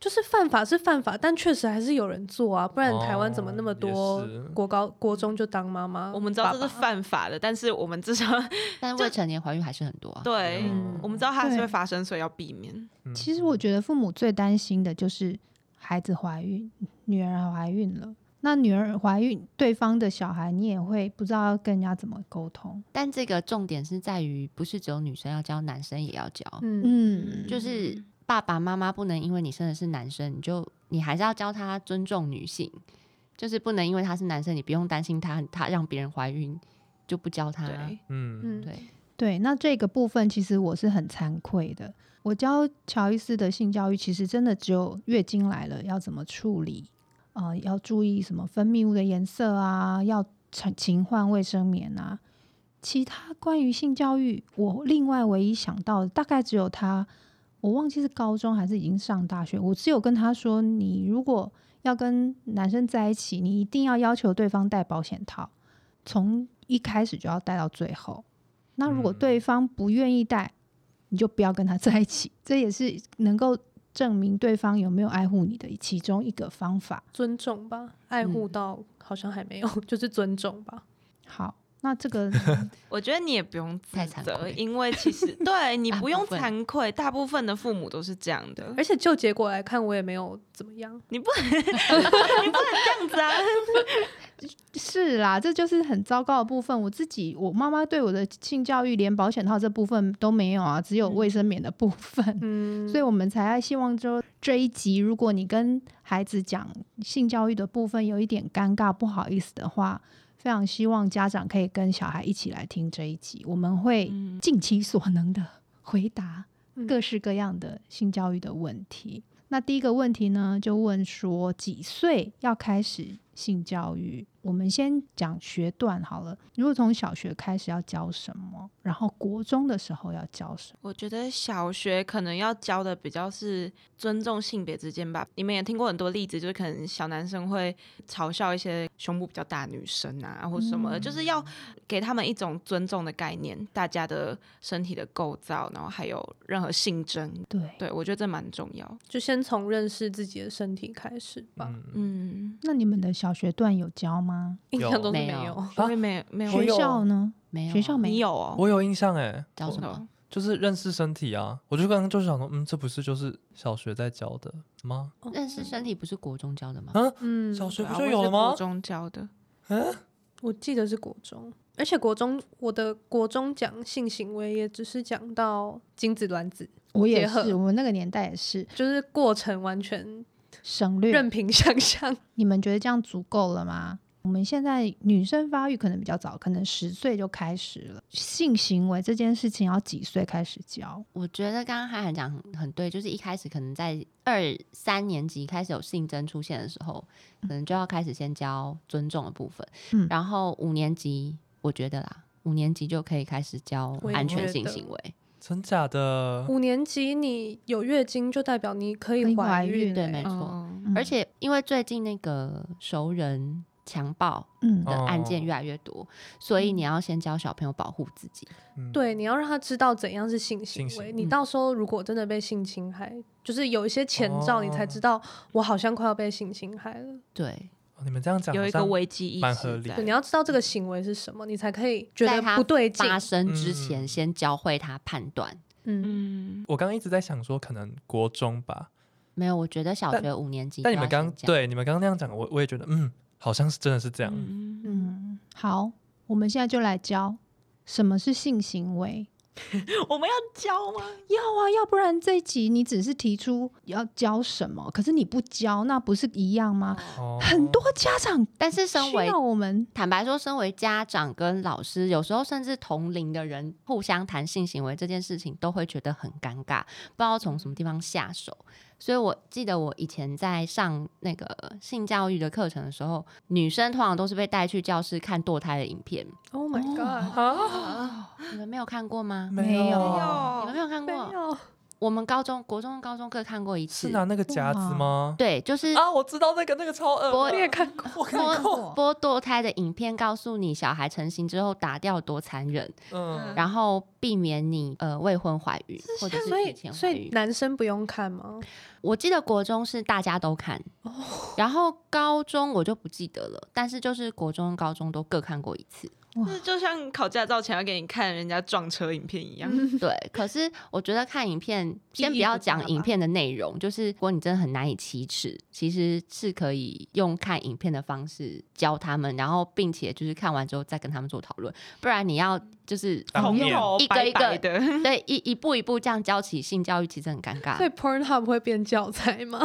[SPEAKER 2] 就是犯法是犯法，但确实还是有人做啊，不然
[SPEAKER 3] 哦
[SPEAKER 2] 台湾怎么那么多
[SPEAKER 3] 也是
[SPEAKER 2] 国高、国中就当妈妈？
[SPEAKER 4] 我们知道这是
[SPEAKER 2] 爸爸，
[SPEAKER 4] 犯法的，但是我们至少
[SPEAKER 5] 但
[SPEAKER 4] 就
[SPEAKER 5] 未成年怀孕还是很多啊。
[SPEAKER 4] 对、
[SPEAKER 3] 嗯
[SPEAKER 4] 我们知道它是
[SPEAKER 1] 对
[SPEAKER 4] 会发生，所以要避免。
[SPEAKER 3] 嗯
[SPEAKER 1] 其实我觉得父母最担心的就是孩子怀孕，女儿怀孕了。那女儿怀孕，对方的小孩，你也会不知道要跟人家怎么沟通。
[SPEAKER 5] 但这个重点是在于，不是只有女生要教，男生也要教。
[SPEAKER 2] 嗯，
[SPEAKER 1] 嗯，
[SPEAKER 5] 就是爸爸妈妈不能因为你生的是男生，你就你还是要教他尊重女性，就是不能因为他是男生，你不用担心他他让别人怀孕就不教他。啊
[SPEAKER 4] 对，
[SPEAKER 3] 嗯，
[SPEAKER 2] 嗯，
[SPEAKER 5] 对，
[SPEAKER 1] 对，那这个部分其实我是很惭愧的。我教乔伊斯的性教育，其实真的只有月经来了要怎么处理，呃，要注意什么分泌物的颜色啊，要勤勤换卫生棉啊。其他关于性教育，我另外唯一想到的大概只有他，我忘记是高中还是已经上大学，我只有跟他说，你如果要跟男生在一起，你一定要要求对方戴保险套，从一开始就要戴到最后。那如果
[SPEAKER 3] 嗯
[SPEAKER 1] 对方不愿意戴，你就不要跟他在一起。这也是能够证明对方有没有爱护你的其中一个方法。
[SPEAKER 2] 尊重吧，爱护
[SPEAKER 5] 嗯
[SPEAKER 2] 到好像还没有， 就是尊重吧。
[SPEAKER 1] 好，那这个
[SPEAKER 4] 我觉得你也不用自
[SPEAKER 5] 太惭
[SPEAKER 4] 责，
[SPEAKER 5] 愧
[SPEAKER 4] 因为其实对你
[SPEAKER 5] 大
[SPEAKER 4] 不用
[SPEAKER 5] 部分
[SPEAKER 4] 惭愧，大部分的父母都是这样的，
[SPEAKER 2] 而且就结果来看，我也没有怎么样。
[SPEAKER 4] 你不能你不能这样子啊。
[SPEAKER 1] 是啦，这就是很糟糕的部分。我自己，我妈妈对我的性教育连保险套这部分都没有啊，只有卫生棉的部分。
[SPEAKER 2] 嗯，
[SPEAKER 1] 所以我们才希望说这一集，如果你跟孩子讲性教育的部分有一点尴尬、不好意思的话，非常希望家长可以跟小孩一起来听这一集，我们会
[SPEAKER 4] 嗯
[SPEAKER 1] 尽其所能的回答
[SPEAKER 2] 嗯
[SPEAKER 1] 各式各样的性教育的问题。那第一个问题呢，就问说几岁要开始性教育？我们先讲学段好了。如果从小学开始要教什么，然后国中的时候要教什么？
[SPEAKER 4] 我觉得小学可能要教的比较是尊重性别之间吧。你们也听过很多例子，就是可能小男生会嘲笑一些胸部比较大的女生啊，或什么的，就是要给他们一种尊重的概念，大家的身体的构造，然后还有任何性征。
[SPEAKER 1] 对，
[SPEAKER 4] 对，我觉得这蛮重要。
[SPEAKER 2] 就先从认识自己的身体开始吧。
[SPEAKER 3] 嗯，
[SPEAKER 4] 嗯，
[SPEAKER 1] 那你们的小学段有教吗？
[SPEAKER 2] 印象中是
[SPEAKER 5] 没
[SPEAKER 2] 没
[SPEAKER 5] 有
[SPEAKER 2] 有，
[SPEAKER 4] 所以没没有
[SPEAKER 3] 我
[SPEAKER 1] 学
[SPEAKER 3] 有
[SPEAKER 1] 校呢？
[SPEAKER 5] 没有啊
[SPEAKER 1] 学校没
[SPEAKER 4] 你有哦，
[SPEAKER 3] 我有印象哎，
[SPEAKER 5] 教什么？
[SPEAKER 3] 就是认识身体啊。我就刚刚就是想说，嗯，这不是就是小学在教的吗？
[SPEAKER 5] 认识身体不是国中教的吗？
[SPEAKER 3] 啊，
[SPEAKER 2] 嗯，
[SPEAKER 3] 小学
[SPEAKER 4] 对啊
[SPEAKER 3] 不
[SPEAKER 4] 我
[SPEAKER 3] 就
[SPEAKER 4] 也
[SPEAKER 3] 有
[SPEAKER 4] 是
[SPEAKER 3] 了吗
[SPEAKER 4] 国？中教的，
[SPEAKER 3] 嗯，
[SPEAKER 2] 我记得是国中，而且国中我的国中讲性行为也只是讲到精子卵子，
[SPEAKER 1] 我也
[SPEAKER 2] 结合
[SPEAKER 1] 是，我们那个年代也是
[SPEAKER 2] 就是过程完全
[SPEAKER 1] 省略。
[SPEAKER 2] 任凭想象。
[SPEAKER 1] 你们觉得这样足够了吗？我们现在女生发育可能比较早，可能十岁就开始了。性行为这件事情要几岁开始教？
[SPEAKER 5] 我觉得刚刚涵涵讲很很对，就是一开始可能在二三年级开始有性征出现的时候，可能就要开始先教尊重的部分，
[SPEAKER 1] 嗯
[SPEAKER 5] 然后五年级我觉得啦，五年级就可以开始教
[SPEAKER 2] 我也
[SPEAKER 5] 安全
[SPEAKER 2] 觉
[SPEAKER 5] 性
[SPEAKER 2] 得
[SPEAKER 5] 行为，
[SPEAKER 3] 真假的？
[SPEAKER 2] 五年级你有月经就代表你可
[SPEAKER 1] 可以
[SPEAKER 2] 以
[SPEAKER 1] 怀
[SPEAKER 2] 孕、
[SPEAKER 1] 孕
[SPEAKER 5] 对
[SPEAKER 2] 欸
[SPEAKER 5] 没错
[SPEAKER 4] 嗯
[SPEAKER 1] 嗯
[SPEAKER 5] 而且因为最近那个熟人强暴
[SPEAKER 1] 嗯
[SPEAKER 5] 的案件
[SPEAKER 3] 哦
[SPEAKER 5] 越来越多，所以你要先教小朋友保护自己。
[SPEAKER 3] 嗯，
[SPEAKER 2] 对，你要让他知道怎样是性行为。
[SPEAKER 3] 性行
[SPEAKER 2] 你
[SPEAKER 5] 嗯
[SPEAKER 2] 到时候如果真的被性侵害，就是有一些前兆，你才
[SPEAKER 3] 哦
[SPEAKER 2] 知道我好像快要被性侵害了。
[SPEAKER 5] 对，
[SPEAKER 3] 哦你们这样讲
[SPEAKER 4] 有
[SPEAKER 3] 好
[SPEAKER 4] 一个
[SPEAKER 3] 像
[SPEAKER 4] 危机意
[SPEAKER 3] 蛮合
[SPEAKER 4] 识
[SPEAKER 3] 理
[SPEAKER 4] 在
[SPEAKER 2] 对，你要知道这个行为是什么，你才可以觉
[SPEAKER 5] 在
[SPEAKER 2] 得
[SPEAKER 5] 他
[SPEAKER 2] 不对劲。
[SPEAKER 5] 发生之前
[SPEAKER 3] 嗯
[SPEAKER 5] 先教会他判断。
[SPEAKER 2] 嗯，
[SPEAKER 4] 嗯，
[SPEAKER 3] 我刚刚一直在想说，可能国中吧。
[SPEAKER 5] 没有，我觉得小
[SPEAKER 3] 但
[SPEAKER 5] 学五年级就
[SPEAKER 3] 但
[SPEAKER 5] 要
[SPEAKER 3] 你
[SPEAKER 5] 先
[SPEAKER 3] 们
[SPEAKER 5] 讲。
[SPEAKER 3] 刚对你们刚刚那样讲，我我也觉得，嗯，好像是真的是这样。
[SPEAKER 4] 嗯
[SPEAKER 1] 嗯，好，我们现在就来教什么是性行为。
[SPEAKER 4] 我们要教吗？
[SPEAKER 1] 要啊，要不然这一集你只是提出要教什么，可是你不教，那不是一样吗？
[SPEAKER 3] 哦
[SPEAKER 1] 很多家长
[SPEAKER 5] 但是身
[SPEAKER 1] 需
[SPEAKER 5] 为
[SPEAKER 2] 哦
[SPEAKER 1] 要我们
[SPEAKER 5] 坦白说，身为家长跟老师，有时候甚至同龄的人互相谈性行为这件事情，都会觉得很尴尬，不知道从什么地方下手。所以我记得我以前在上那个性教育的课程的时候，女生通常都是被带去教室看堕胎的影片。
[SPEAKER 2] ，Oh my god，、
[SPEAKER 5] 哦
[SPEAKER 2] 啊
[SPEAKER 5] 你们没有看过吗？
[SPEAKER 1] 没有
[SPEAKER 5] 你们没有看
[SPEAKER 2] 哦没
[SPEAKER 5] 过？
[SPEAKER 2] 有，
[SPEAKER 5] 我们高中、国中、高中各看过一
[SPEAKER 3] 是
[SPEAKER 5] 次。
[SPEAKER 3] 拿那个夹子吗？
[SPEAKER 5] 对，就是
[SPEAKER 2] 哦
[SPEAKER 3] 啊，我知道那个那个超
[SPEAKER 5] 播
[SPEAKER 3] 恶
[SPEAKER 2] 你也看过？
[SPEAKER 5] 播
[SPEAKER 1] 过
[SPEAKER 5] 播堕胎的影片，告诉你小孩成型之后打掉多残忍。
[SPEAKER 3] 嗯，
[SPEAKER 5] 然后避免你呃未婚怀孕或者是
[SPEAKER 2] 所
[SPEAKER 5] 提
[SPEAKER 2] 以
[SPEAKER 5] 前
[SPEAKER 2] 所
[SPEAKER 5] 怀
[SPEAKER 2] 以
[SPEAKER 5] 孕。
[SPEAKER 2] 男生不用看吗？
[SPEAKER 5] 我记得国中是大家都看，
[SPEAKER 2] 哦
[SPEAKER 5] 然后高中我就不记得了，但是就是国中、高中都各看过一 次。
[SPEAKER 4] 就是就像考驾照前要给你看人家撞车影片一样，
[SPEAKER 5] 对，可是我觉得看影片，先不
[SPEAKER 2] 意义
[SPEAKER 5] 要
[SPEAKER 2] 不大
[SPEAKER 5] 讲影
[SPEAKER 2] 吧
[SPEAKER 5] 片的内容，就是如果你真的很难以启齿，其实是可以用看影片的方式教他们，然后并且就是看完之后再跟他们做讨论，不然你要就是
[SPEAKER 3] 当
[SPEAKER 4] 从
[SPEAKER 3] 面
[SPEAKER 4] 头
[SPEAKER 5] 一个
[SPEAKER 4] 白
[SPEAKER 5] 一个嗯
[SPEAKER 4] 白的，
[SPEAKER 5] 对一一步一步这样教起性教育，其实很尴尬。
[SPEAKER 2] 所以 Pornhub 会变教材吗？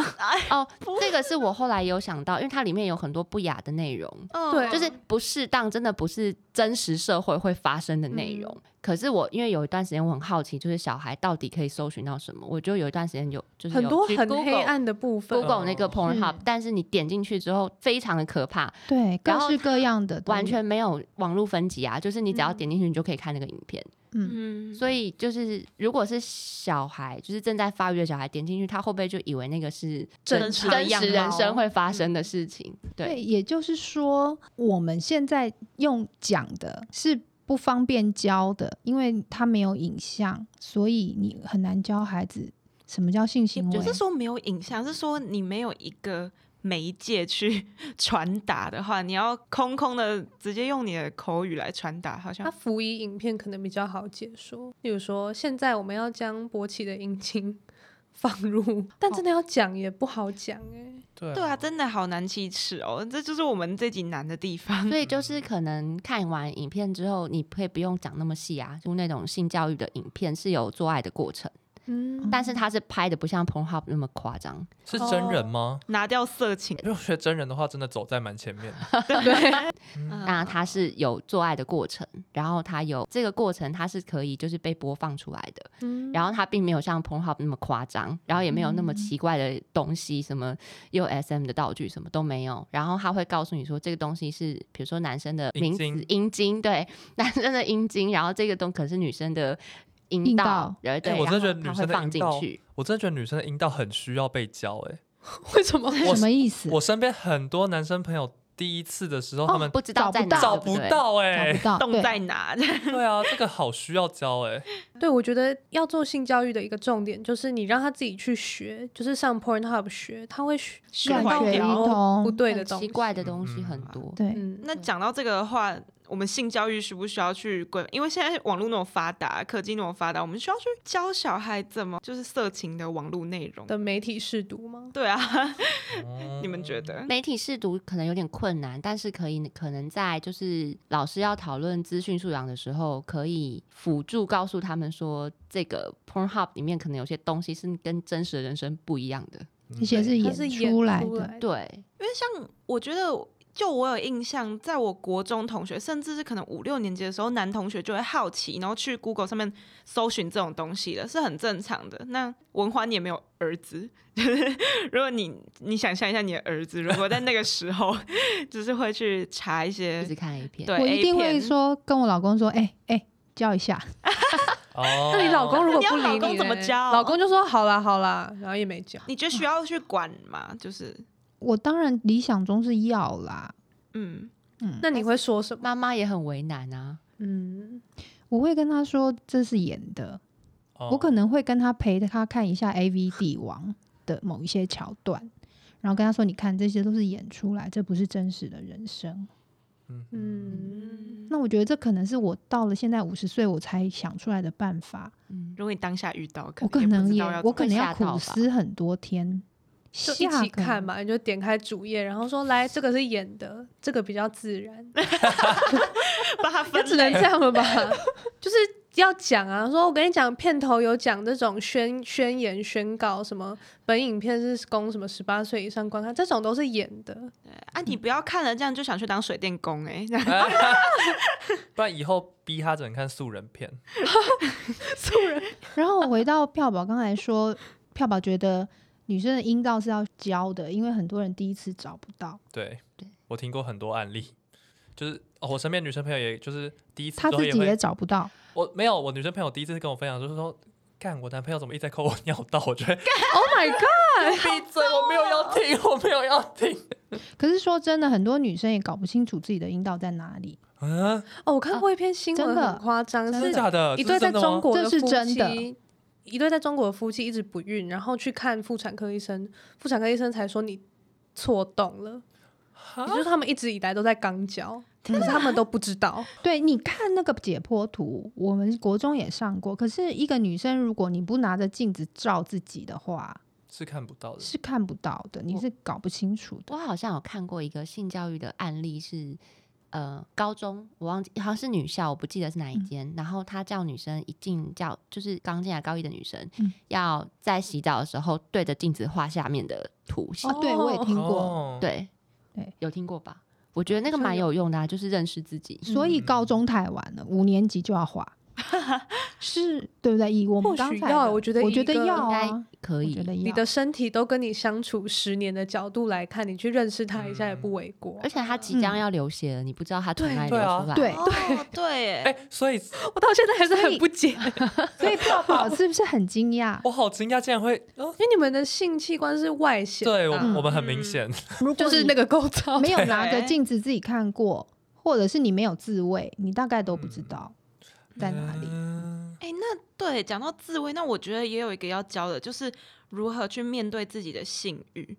[SPEAKER 5] 哦，这个是我后来有想到，因为它里面有很多不雅的内容，
[SPEAKER 4] 哦
[SPEAKER 2] 对
[SPEAKER 5] 就是不适当，真的不是真实社会会发生的内容。
[SPEAKER 2] 嗯
[SPEAKER 5] 可是我因为有一段时间我很好奇，就是小孩到底可以搜寻到什么，我就有一段时间有就是
[SPEAKER 2] 很
[SPEAKER 5] 有
[SPEAKER 2] 多
[SPEAKER 5] 去
[SPEAKER 2] 很
[SPEAKER 5] Google,
[SPEAKER 2] 黑暗的哦嗯部分。
[SPEAKER 5] Google 那个 Pornhub，、
[SPEAKER 1] 是
[SPEAKER 5] 但是你点进去之后非常的可怕，
[SPEAKER 1] 对各
[SPEAKER 5] 然后
[SPEAKER 1] 式各样的都
[SPEAKER 5] 完
[SPEAKER 1] 有
[SPEAKER 5] 全没有网络分级啊，就是你只要
[SPEAKER 2] 嗯
[SPEAKER 5] 点进去你就可以看那个影片。
[SPEAKER 1] 嗯，
[SPEAKER 4] 嗯，
[SPEAKER 5] 所以就是如果是小孩，就是正在发育的小孩点进去，他会不会就以为那个是
[SPEAKER 4] 正常
[SPEAKER 5] 真
[SPEAKER 4] 样
[SPEAKER 5] 实人
[SPEAKER 4] 貌
[SPEAKER 5] 生会发生的事情？对。
[SPEAKER 1] 对，也就是说，我们现在用讲的是不方便教的，因为它没有影像，所以你很难教孩子什么叫性行
[SPEAKER 4] 也
[SPEAKER 1] 为。
[SPEAKER 4] 不是说没有影像，是说你没有一个媒介去传达的话，你要空空的直接用你的口语来传达，好像
[SPEAKER 5] 嗯啊
[SPEAKER 2] 它辅以影片可能比较好解说，例如说，现在我们要将勃起的阴茎放
[SPEAKER 5] 哦
[SPEAKER 2] 入，但真的要讲也不好讲哎、
[SPEAKER 3] 对
[SPEAKER 4] 对啊，真的好难启齿哦，这就是我们这集难的地方。
[SPEAKER 5] 所以就是可能看完影片之后，你可以不用讲那么细啊，就那种性教育的影片是有做爱的过程，
[SPEAKER 2] 嗯
[SPEAKER 5] 但是他是拍的不像 Pornhub 那么夸张，
[SPEAKER 3] 是真人吗？
[SPEAKER 4] 拿掉色情，
[SPEAKER 3] 因为我觉得真人的话，真的走在蛮前面的。
[SPEAKER 2] 对，
[SPEAKER 4] 嗯
[SPEAKER 5] 那他是有做爱的过程，然后他有这个过程，他是可以就是被播放出来的，
[SPEAKER 2] 嗯
[SPEAKER 5] 然后他并没有像 Pornhub 那么夸张，然后也没有
[SPEAKER 3] 嗯
[SPEAKER 5] 那么奇怪的东西，什么 USM 的道具什么都没有，然后他会告诉你说这个东西是比如说男生的
[SPEAKER 3] 阴
[SPEAKER 5] 名字
[SPEAKER 3] 茎
[SPEAKER 5] 阴茎，对，男生的阴茎，然后这个东可是女生的阴
[SPEAKER 1] 阴
[SPEAKER 5] 道
[SPEAKER 1] 道，
[SPEAKER 5] 然后对，
[SPEAKER 3] 哎我真的觉得
[SPEAKER 5] 然后
[SPEAKER 3] 女
[SPEAKER 5] 他会
[SPEAKER 3] 生的
[SPEAKER 5] 放
[SPEAKER 3] 阴
[SPEAKER 5] 进
[SPEAKER 3] 道
[SPEAKER 5] 去，
[SPEAKER 3] 我真的觉得女生的阴道很需要被教、欸，
[SPEAKER 2] 为什么？
[SPEAKER 1] 什么意思？
[SPEAKER 3] 我身边很多男生朋友第一次的时候，他们
[SPEAKER 5] 不知
[SPEAKER 1] 找
[SPEAKER 5] 道
[SPEAKER 1] 不
[SPEAKER 5] 在哪，
[SPEAKER 1] 到
[SPEAKER 3] 找
[SPEAKER 5] 对
[SPEAKER 3] 不
[SPEAKER 5] 对
[SPEAKER 3] 到、
[SPEAKER 1] 找
[SPEAKER 3] 欸，
[SPEAKER 2] 哎
[SPEAKER 1] 不 到，
[SPEAKER 4] 洞
[SPEAKER 1] 哦对
[SPEAKER 4] 在哪？
[SPEAKER 3] 对啊，这个好需要教、欸，
[SPEAKER 2] 对，我觉得要做性教育的一个重点就是你让他自己去学，就是上 Pornhub 学，他会学
[SPEAKER 4] 虚
[SPEAKER 1] 乱
[SPEAKER 4] 幻
[SPEAKER 2] 感到
[SPEAKER 1] 学一
[SPEAKER 4] 掉
[SPEAKER 2] 很多
[SPEAKER 1] 通
[SPEAKER 2] 哦不对
[SPEAKER 5] 很
[SPEAKER 2] 的东西。
[SPEAKER 5] 奇怪的东西
[SPEAKER 3] 嗯
[SPEAKER 5] 很
[SPEAKER 4] 嗯
[SPEAKER 5] 多。
[SPEAKER 1] 对，
[SPEAKER 2] 嗯，
[SPEAKER 4] 那讲到这个的话，我们性教育需不需要去规？因为现在网络那么发达，科技那么发达，我们需要去教小孩怎么就是色情的网络内容。
[SPEAKER 2] 的媒体试读吗？
[SPEAKER 4] 对啊，
[SPEAKER 3] 哎，
[SPEAKER 4] 你们觉得？
[SPEAKER 5] 媒体试读可能有点困难，但是可以可能在就是老师要讨论资讯素养的时候，可以辅助告诉他们说，这个 Pornhub 里面可能有些东西是跟真实的人生不一样的。
[SPEAKER 3] 嗯
[SPEAKER 1] 这些是
[SPEAKER 2] 它
[SPEAKER 1] 演
[SPEAKER 2] 是
[SPEAKER 1] 出来
[SPEAKER 2] 出
[SPEAKER 1] 的，
[SPEAKER 2] 来的，
[SPEAKER 5] 对，
[SPEAKER 4] 因为像我觉得，就我有印象，在我国中同学，甚至是可能五六年级的时候，男同学就会好奇，然后去 Google 上面搜寻这种东西的，是很正常的。那文华你也没有儿子， 如果你你想象一下你的儿子，如果在那个时候， 就是会去查一些
[SPEAKER 5] 一直看 A 片。
[SPEAKER 4] 对，
[SPEAKER 1] 我
[SPEAKER 4] A
[SPEAKER 1] 一定会
[SPEAKER 4] 片
[SPEAKER 1] 说跟我老公说，哎哎，教一下，
[SPEAKER 3] 哦，
[SPEAKER 2] 那你老公如果
[SPEAKER 4] 那
[SPEAKER 2] 不
[SPEAKER 4] 你要
[SPEAKER 2] 理
[SPEAKER 4] 老公怎么
[SPEAKER 2] 嘞
[SPEAKER 4] 教
[SPEAKER 2] 老公就说好啦好啦，然后也没教。
[SPEAKER 4] 你觉得需要去管吗？就是，
[SPEAKER 1] 我当然理想中是要啦，
[SPEAKER 4] 嗯，
[SPEAKER 1] 嗯，
[SPEAKER 2] 那你会说什么？
[SPEAKER 5] 妈妈也很为难啊，
[SPEAKER 2] 嗯，
[SPEAKER 1] 我会跟他说这是演的，
[SPEAKER 3] 哦
[SPEAKER 1] 我可能会跟他陪他看一下 A V 帝王的某一些桥段，然后跟他说：“你看，这些都是演出来，这不是真实的人生。
[SPEAKER 3] 嗯
[SPEAKER 2] 嗯，
[SPEAKER 1] 那我觉得这可能是我到了现在五十岁我才想出来的办法，
[SPEAKER 5] 嗯，
[SPEAKER 4] 如果你当下遇到，可
[SPEAKER 1] 我可
[SPEAKER 4] 能也不
[SPEAKER 1] 能
[SPEAKER 4] 知
[SPEAKER 1] 也
[SPEAKER 4] 道要
[SPEAKER 1] 我
[SPEAKER 4] 怎么
[SPEAKER 1] 可能要
[SPEAKER 5] 会吓到
[SPEAKER 1] 苦
[SPEAKER 5] 吧
[SPEAKER 1] 思很多天，
[SPEAKER 2] 就一
[SPEAKER 1] 下
[SPEAKER 2] 起
[SPEAKER 1] 个
[SPEAKER 2] 看嘛，你就点开主页，然后说来这个是演的，这个比较自然，
[SPEAKER 4] 把它
[SPEAKER 2] 就
[SPEAKER 4] 分
[SPEAKER 2] 只能
[SPEAKER 4] 类
[SPEAKER 2] 这样了吧？就是要讲啊，说我跟你讲，片头有讲这种宣宣言宣告什么，本影片是供什么十八岁以上观看，这种都是演的。
[SPEAKER 4] 啊！你不要看了，这样就想去当水电工哎、
[SPEAKER 3] 不然以后逼他只能看素人片。
[SPEAKER 1] 然后我回到票宝刚才说，票宝觉得女生的阴道是要教的，因为很多人第一次找不到，
[SPEAKER 3] 对，
[SPEAKER 5] 对
[SPEAKER 3] 我听过很多案例，就是、哦我身边女生朋友也就是第一次
[SPEAKER 1] 她
[SPEAKER 3] 之后
[SPEAKER 1] 自
[SPEAKER 3] 也
[SPEAKER 1] 己也
[SPEAKER 3] 会，
[SPEAKER 1] 找不到。
[SPEAKER 3] 我没有，我女生朋友第一次跟我分享就是说。干，我男朋友怎么一直在抠我尿道？我 觉得
[SPEAKER 2] Oh my god！
[SPEAKER 3] 闭嘴，我没有
[SPEAKER 1] 啊
[SPEAKER 3] 要听， 我没有要听。
[SPEAKER 1] 可是说真的，很多女生也搞不清楚自己的阴道在哪里。
[SPEAKER 3] 嗯，
[SPEAKER 2] 哦，我看过一篇新闻，
[SPEAKER 1] 真的
[SPEAKER 2] 很夸张，
[SPEAKER 1] 真
[SPEAKER 3] 真的
[SPEAKER 2] 是
[SPEAKER 3] 假的？
[SPEAKER 2] 一
[SPEAKER 3] 这
[SPEAKER 2] 对
[SPEAKER 3] 是
[SPEAKER 2] 在
[SPEAKER 3] 真的吗
[SPEAKER 2] 中国的
[SPEAKER 1] 这是
[SPEAKER 2] 夫
[SPEAKER 1] 真的
[SPEAKER 2] 妻，一对在中国的夫妻一直不孕，然后去看妇产科医生，妇产科医生才说你错动了，
[SPEAKER 3] 哈
[SPEAKER 2] 也就是他们一直以来都在肛交，可是他们都不知道。
[SPEAKER 1] 对，你看那个解剖图，我们国中也上过。可是一个女生，如果你不拿着镜子照自己的话，
[SPEAKER 3] 是看不到的。
[SPEAKER 1] 是看不到的，你
[SPEAKER 5] 我
[SPEAKER 1] 是搞不清楚
[SPEAKER 4] 哦
[SPEAKER 1] 的。
[SPEAKER 5] 我好像有看过一个性教育的案例是，呃，高中我忘记好像是女校，我不记得是哪
[SPEAKER 1] 嗯
[SPEAKER 5] 一间。然后他叫女生一进教，就是刚进来高一的女生，
[SPEAKER 1] 嗯
[SPEAKER 5] 要在洗澡的时候对着镜子画下面的图形。
[SPEAKER 1] 哦，对，我也听过。
[SPEAKER 3] 哦，
[SPEAKER 5] 对，
[SPEAKER 1] 对，
[SPEAKER 5] 有听过吧？我觉得那个
[SPEAKER 2] 好像
[SPEAKER 5] 蛮有用的、啊，就是认识自己。
[SPEAKER 1] 所以高中太晚了，五年级就要画，是对不对？以我们
[SPEAKER 2] 或
[SPEAKER 1] 刚
[SPEAKER 2] 许
[SPEAKER 1] 才
[SPEAKER 2] 要
[SPEAKER 1] 的
[SPEAKER 2] 我觉得
[SPEAKER 1] 我
[SPEAKER 2] 以
[SPEAKER 1] 觉
[SPEAKER 2] 一
[SPEAKER 1] 得
[SPEAKER 2] 个
[SPEAKER 1] 要
[SPEAKER 5] 应该
[SPEAKER 1] 啊，
[SPEAKER 5] 可
[SPEAKER 1] 我
[SPEAKER 5] 以
[SPEAKER 1] 觉，得
[SPEAKER 2] 你
[SPEAKER 1] 要
[SPEAKER 2] 的。身体都跟你相处十年的角度来看，你去认识他一下也不为过。
[SPEAKER 5] 而且他即将要流血了，你不知道他从
[SPEAKER 2] 对
[SPEAKER 5] 哪里流
[SPEAKER 3] 对啊
[SPEAKER 5] 出
[SPEAKER 1] 嗯
[SPEAKER 5] 来。
[SPEAKER 1] 对
[SPEAKER 4] 哦， 对哎、
[SPEAKER 3] 哎、所以
[SPEAKER 2] 我到现在还是很不解， 因
[SPEAKER 1] 所以票宝是不是很惊讶？
[SPEAKER 3] 我好惊讶，竟然会，哦、
[SPEAKER 2] 为你们的性器官是外显的，
[SPEAKER 3] 对我、
[SPEAKER 1] 嗯
[SPEAKER 3] 我们很明显，
[SPEAKER 1] 如果
[SPEAKER 2] 就是
[SPEAKER 1] 你
[SPEAKER 2] 那个构造，
[SPEAKER 1] 没有拿着
[SPEAKER 4] 对
[SPEAKER 1] 镜子自己看过，或者是你没有自慰，你大概都不知道在哪里。
[SPEAKER 3] 嗯
[SPEAKER 4] 那对讲到自慰，那我觉得也有一个要教的，就是如何去面对自己的性欲，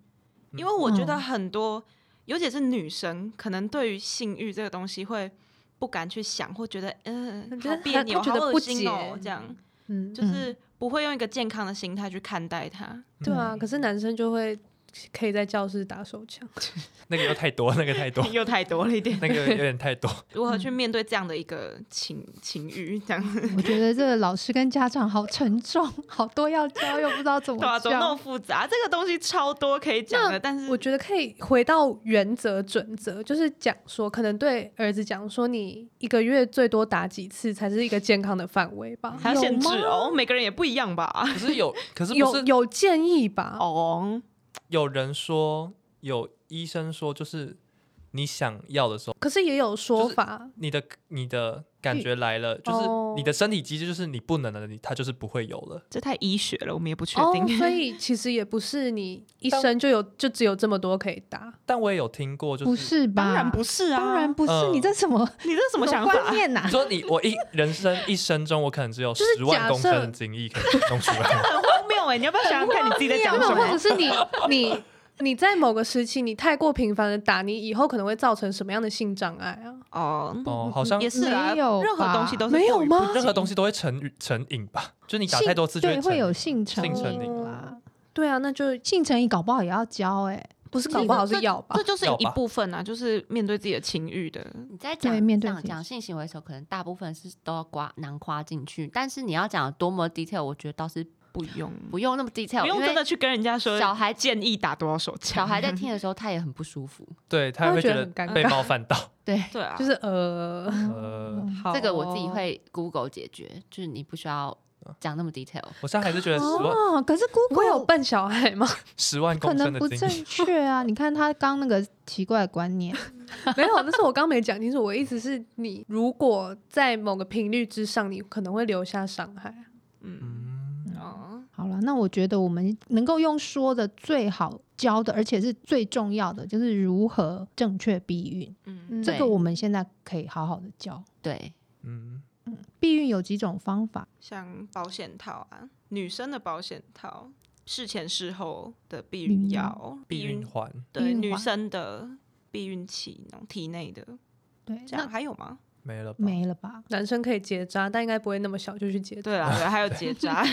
[SPEAKER 4] 因为我觉得
[SPEAKER 1] 嗯
[SPEAKER 4] 很多，尤其是女生，可能对于性欲这个东西会不敢去想，或觉得嗯、
[SPEAKER 2] 觉
[SPEAKER 4] 好
[SPEAKER 2] 得
[SPEAKER 4] 别
[SPEAKER 2] 她
[SPEAKER 4] 扭，
[SPEAKER 2] 她觉
[SPEAKER 4] 好
[SPEAKER 2] 得
[SPEAKER 4] 恶
[SPEAKER 2] 不
[SPEAKER 4] 心哦，
[SPEAKER 2] 解
[SPEAKER 4] 这样
[SPEAKER 2] 嗯，
[SPEAKER 4] 就是不会用一个健康的心态去看待它。，
[SPEAKER 2] 啊对啊。可是男生就会可以在教室打手枪。
[SPEAKER 3] 那个又太多，那个太多
[SPEAKER 4] 又太多了一点。
[SPEAKER 3] 哦那个有点太多。
[SPEAKER 4] 如何去
[SPEAKER 2] 嗯
[SPEAKER 4] 面对这样的一个情情欲？这样子，
[SPEAKER 1] 我觉得这个老师跟家长好沉重，好多要教又不知道怎
[SPEAKER 4] 对啊，
[SPEAKER 1] 么
[SPEAKER 4] 怎么那
[SPEAKER 1] 教。
[SPEAKER 4] 么复杂？这个东西超多可以讲的，但是
[SPEAKER 2] 我觉得可以回到原则准则，就是讲说，可能对儿子讲说，你一个月最多打几次才是一个健康的范围吧？
[SPEAKER 4] 还要限制
[SPEAKER 1] 有吗
[SPEAKER 4] 哦，每个人也不一样吧？
[SPEAKER 3] 可是有，可是不
[SPEAKER 2] 有
[SPEAKER 3] 是
[SPEAKER 2] 有建议吧？
[SPEAKER 4] 哦，
[SPEAKER 3] 有人说，有医生说，就是你想要的时候，
[SPEAKER 2] 可是也有说法，
[SPEAKER 3] 你的你的感觉来了，就是
[SPEAKER 2] 哦
[SPEAKER 3] 你的身体机制，就是你不能的，你它就是不会有了。
[SPEAKER 4] 这太医学了，我们也不确
[SPEAKER 2] 哦
[SPEAKER 4] 定。，
[SPEAKER 2] 所 以其实也不是你一
[SPEAKER 3] 当
[SPEAKER 2] 生就有就只有这么多可以打。
[SPEAKER 3] 但我也有听过，就
[SPEAKER 1] 不
[SPEAKER 3] 是
[SPEAKER 1] 是吧？
[SPEAKER 4] 当然不是啊，
[SPEAKER 1] 当然不是，
[SPEAKER 3] 嗯
[SPEAKER 1] 你这什么
[SPEAKER 4] 你这什么想
[SPEAKER 1] 观
[SPEAKER 4] 法？
[SPEAKER 1] 念呐
[SPEAKER 3] 你？说你我一人生一生中，我可能只有
[SPEAKER 2] 就是
[SPEAKER 3] 十万
[SPEAKER 2] 假
[SPEAKER 3] 公升
[SPEAKER 2] 设
[SPEAKER 3] 的精液可以弄出 来。
[SPEAKER 4] 很荒谬哎！你要不要想想看你自己在讲
[SPEAKER 2] 没有，
[SPEAKER 4] 什
[SPEAKER 2] 或者
[SPEAKER 4] 么？
[SPEAKER 2] 是你你你在某个时期你太过频繁的打，你以后可能会造成什么样的性障碍啊？
[SPEAKER 4] 哦，
[SPEAKER 3] 哦，好像
[SPEAKER 4] 也是啊，
[SPEAKER 1] 没有
[SPEAKER 4] 任何
[SPEAKER 1] 吧
[SPEAKER 4] 东西都是
[SPEAKER 2] 没有
[SPEAKER 4] 过于
[SPEAKER 2] 吗
[SPEAKER 4] 不及
[SPEAKER 3] 任何东西都会成瘾成瘾吧，就是你打太多次 就
[SPEAKER 1] 对，
[SPEAKER 3] 成
[SPEAKER 1] 会有
[SPEAKER 3] 瘾
[SPEAKER 1] 性成
[SPEAKER 3] 性成
[SPEAKER 1] 瘾哦
[SPEAKER 3] 瘾
[SPEAKER 1] 啦。
[SPEAKER 2] 对啊，那就
[SPEAKER 1] 性成瘾搞不好也要教哎、
[SPEAKER 2] 不是搞不好是要吧
[SPEAKER 4] 这？就是
[SPEAKER 3] 要
[SPEAKER 4] 一
[SPEAKER 3] 吧
[SPEAKER 4] 部分啊，就是面对自己的情欲的。
[SPEAKER 5] 你在
[SPEAKER 1] 对
[SPEAKER 5] 讲
[SPEAKER 1] 面对
[SPEAKER 5] 讲
[SPEAKER 1] 自己
[SPEAKER 5] 讲性行为的时候，可能大部分是都要刮囊夸进去，但是你要讲得多么 detail，我觉得倒是
[SPEAKER 4] 不用，
[SPEAKER 5] 不用那么 detail，
[SPEAKER 4] 不用
[SPEAKER 5] 因为
[SPEAKER 4] 真的去跟人家说
[SPEAKER 5] 小孩
[SPEAKER 4] 建议打多少手
[SPEAKER 5] 小
[SPEAKER 4] 枪。
[SPEAKER 5] 孩在 听的时候，他也很不舒服。
[SPEAKER 3] 对他
[SPEAKER 2] 会
[SPEAKER 3] 会
[SPEAKER 2] 觉
[SPEAKER 3] 觉
[SPEAKER 2] 得
[SPEAKER 3] 得
[SPEAKER 2] 很尴
[SPEAKER 3] 被
[SPEAKER 2] 尬
[SPEAKER 3] 冒犯到。
[SPEAKER 5] 对，
[SPEAKER 4] 对啊，
[SPEAKER 2] 就是呃，
[SPEAKER 3] 呃，
[SPEAKER 1] 嗯
[SPEAKER 2] 好
[SPEAKER 5] 这个我自己
[SPEAKER 2] 哦
[SPEAKER 5] 会 Google 解决，就是你不需要讲那么 detail。
[SPEAKER 3] 我现在还是觉得十万
[SPEAKER 1] 哦，可是
[SPEAKER 2] 我有
[SPEAKER 1] Google
[SPEAKER 2] 笨小孩吗？
[SPEAKER 3] 十万
[SPEAKER 1] 可
[SPEAKER 3] 公
[SPEAKER 1] 能
[SPEAKER 3] 升的
[SPEAKER 1] 不
[SPEAKER 3] 精
[SPEAKER 1] 正
[SPEAKER 3] 液，
[SPEAKER 1] 确啊！ 你看他刚那个奇怪的观念，
[SPEAKER 2] 没有，那是我刚没讲清楚。我意思是你如果在某个频率之上，你可能会留下伤害。
[SPEAKER 4] 嗯
[SPEAKER 3] 嗯，
[SPEAKER 4] 哦，
[SPEAKER 1] 好了，那我觉得我们能够用说的最好教的，而且是最重要的，就是如何正确避孕。
[SPEAKER 4] 嗯，
[SPEAKER 2] 嗯
[SPEAKER 1] 这个我们现在可以好好的教。
[SPEAKER 5] 对，
[SPEAKER 3] 嗯，
[SPEAKER 1] 避孕有几种方法？
[SPEAKER 4] 像保险套啊，女生的保险套，事前事后的避
[SPEAKER 1] 避
[SPEAKER 4] 孕
[SPEAKER 1] 孕
[SPEAKER 4] 药，
[SPEAKER 3] 避孕环
[SPEAKER 1] 避
[SPEAKER 4] 对
[SPEAKER 1] 孕
[SPEAKER 4] 女
[SPEAKER 1] 环
[SPEAKER 4] 生的避孕器，那种体内的，
[SPEAKER 1] 对，
[SPEAKER 4] 这样
[SPEAKER 1] 那
[SPEAKER 4] 还有吗？
[SPEAKER 3] 没了吧？
[SPEAKER 1] 没了吧？
[SPEAKER 2] 男生可以结扎，但应该不会那么小就去结扎。
[SPEAKER 4] 对啊，对，还有结扎，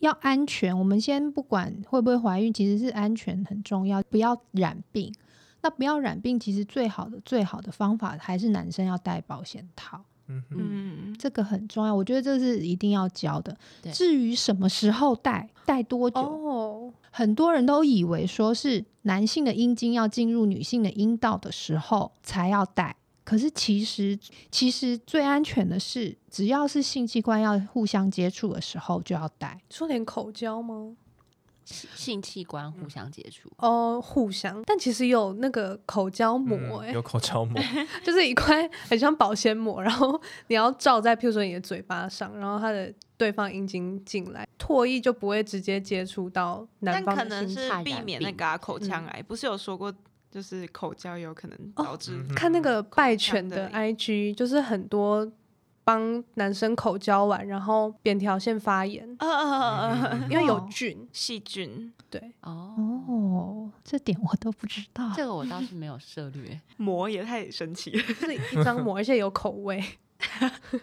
[SPEAKER 1] 要安全，我们先不管会不会怀孕，其实是安全很重要，不要染病。那不要染病，其实最好的最好的方法还是男生要戴保险套，
[SPEAKER 3] 嗯 哼，
[SPEAKER 4] 嗯，
[SPEAKER 1] 这个很重要，我觉得这是一定要教的
[SPEAKER 5] 对。
[SPEAKER 1] 至于什么时候戴，戴多久，
[SPEAKER 2] 哦，
[SPEAKER 1] 很多人都以为说是男性的阴茎要进入女性的阴道的时候才要戴，可是其实其实最安全的是，只要是性器官要互相接触的时候就要戴。
[SPEAKER 2] 说点口交吗？
[SPEAKER 5] 性性器官
[SPEAKER 4] 嗯
[SPEAKER 5] 互相接触，
[SPEAKER 2] 哦，互相，但其实有那个口交膜、
[SPEAKER 3] 嗯
[SPEAKER 2] 欸，
[SPEAKER 3] 有口罩膜，
[SPEAKER 2] 就是一块很像保鲜膜，然后你要罩在，譬如说你的嘴巴上，然后它的对方阴茎进来，唾液就不会直接接触到男
[SPEAKER 4] 但
[SPEAKER 2] 方
[SPEAKER 4] 可
[SPEAKER 2] 的
[SPEAKER 4] 能
[SPEAKER 2] 心
[SPEAKER 4] 是
[SPEAKER 5] 态
[SPEAKER 4] 避
[SPEAKER 5] 染
[SPEAKER 4] 免
[SPEAKER 5] 病
[SPEAKER 4] 那个啊口腔癌，不是有说过，就是口交有可能导致
[SPEAKER 3] 嗯哼
[SPEAKER 2] 看那个拜犬的
[SPEAKER 4] 口腔
[SPEAKER 2] IG，就是很多帮男生口交完，然后扁条腺发炎，
[SPEAKER 4] 呃呃呃呃
[SPEAKER 3] 嗯
[SPEAKER 2] 因为有
[SPEAKER 1] 哦
[SPEAKER 2] 菌。
[SPEAKER 4] 细菌
[SPEAKER 2] 对，
[SPEAKER 5] 哦，
[SPEAKER 1] 哦，这点我都不知道。
[SPEAKER 5] 这个我倒是没有涉略。
[SPEAKER 4] 膜也太神奇了。
[SPEAKER 2] 就是一张膜，而且有口味。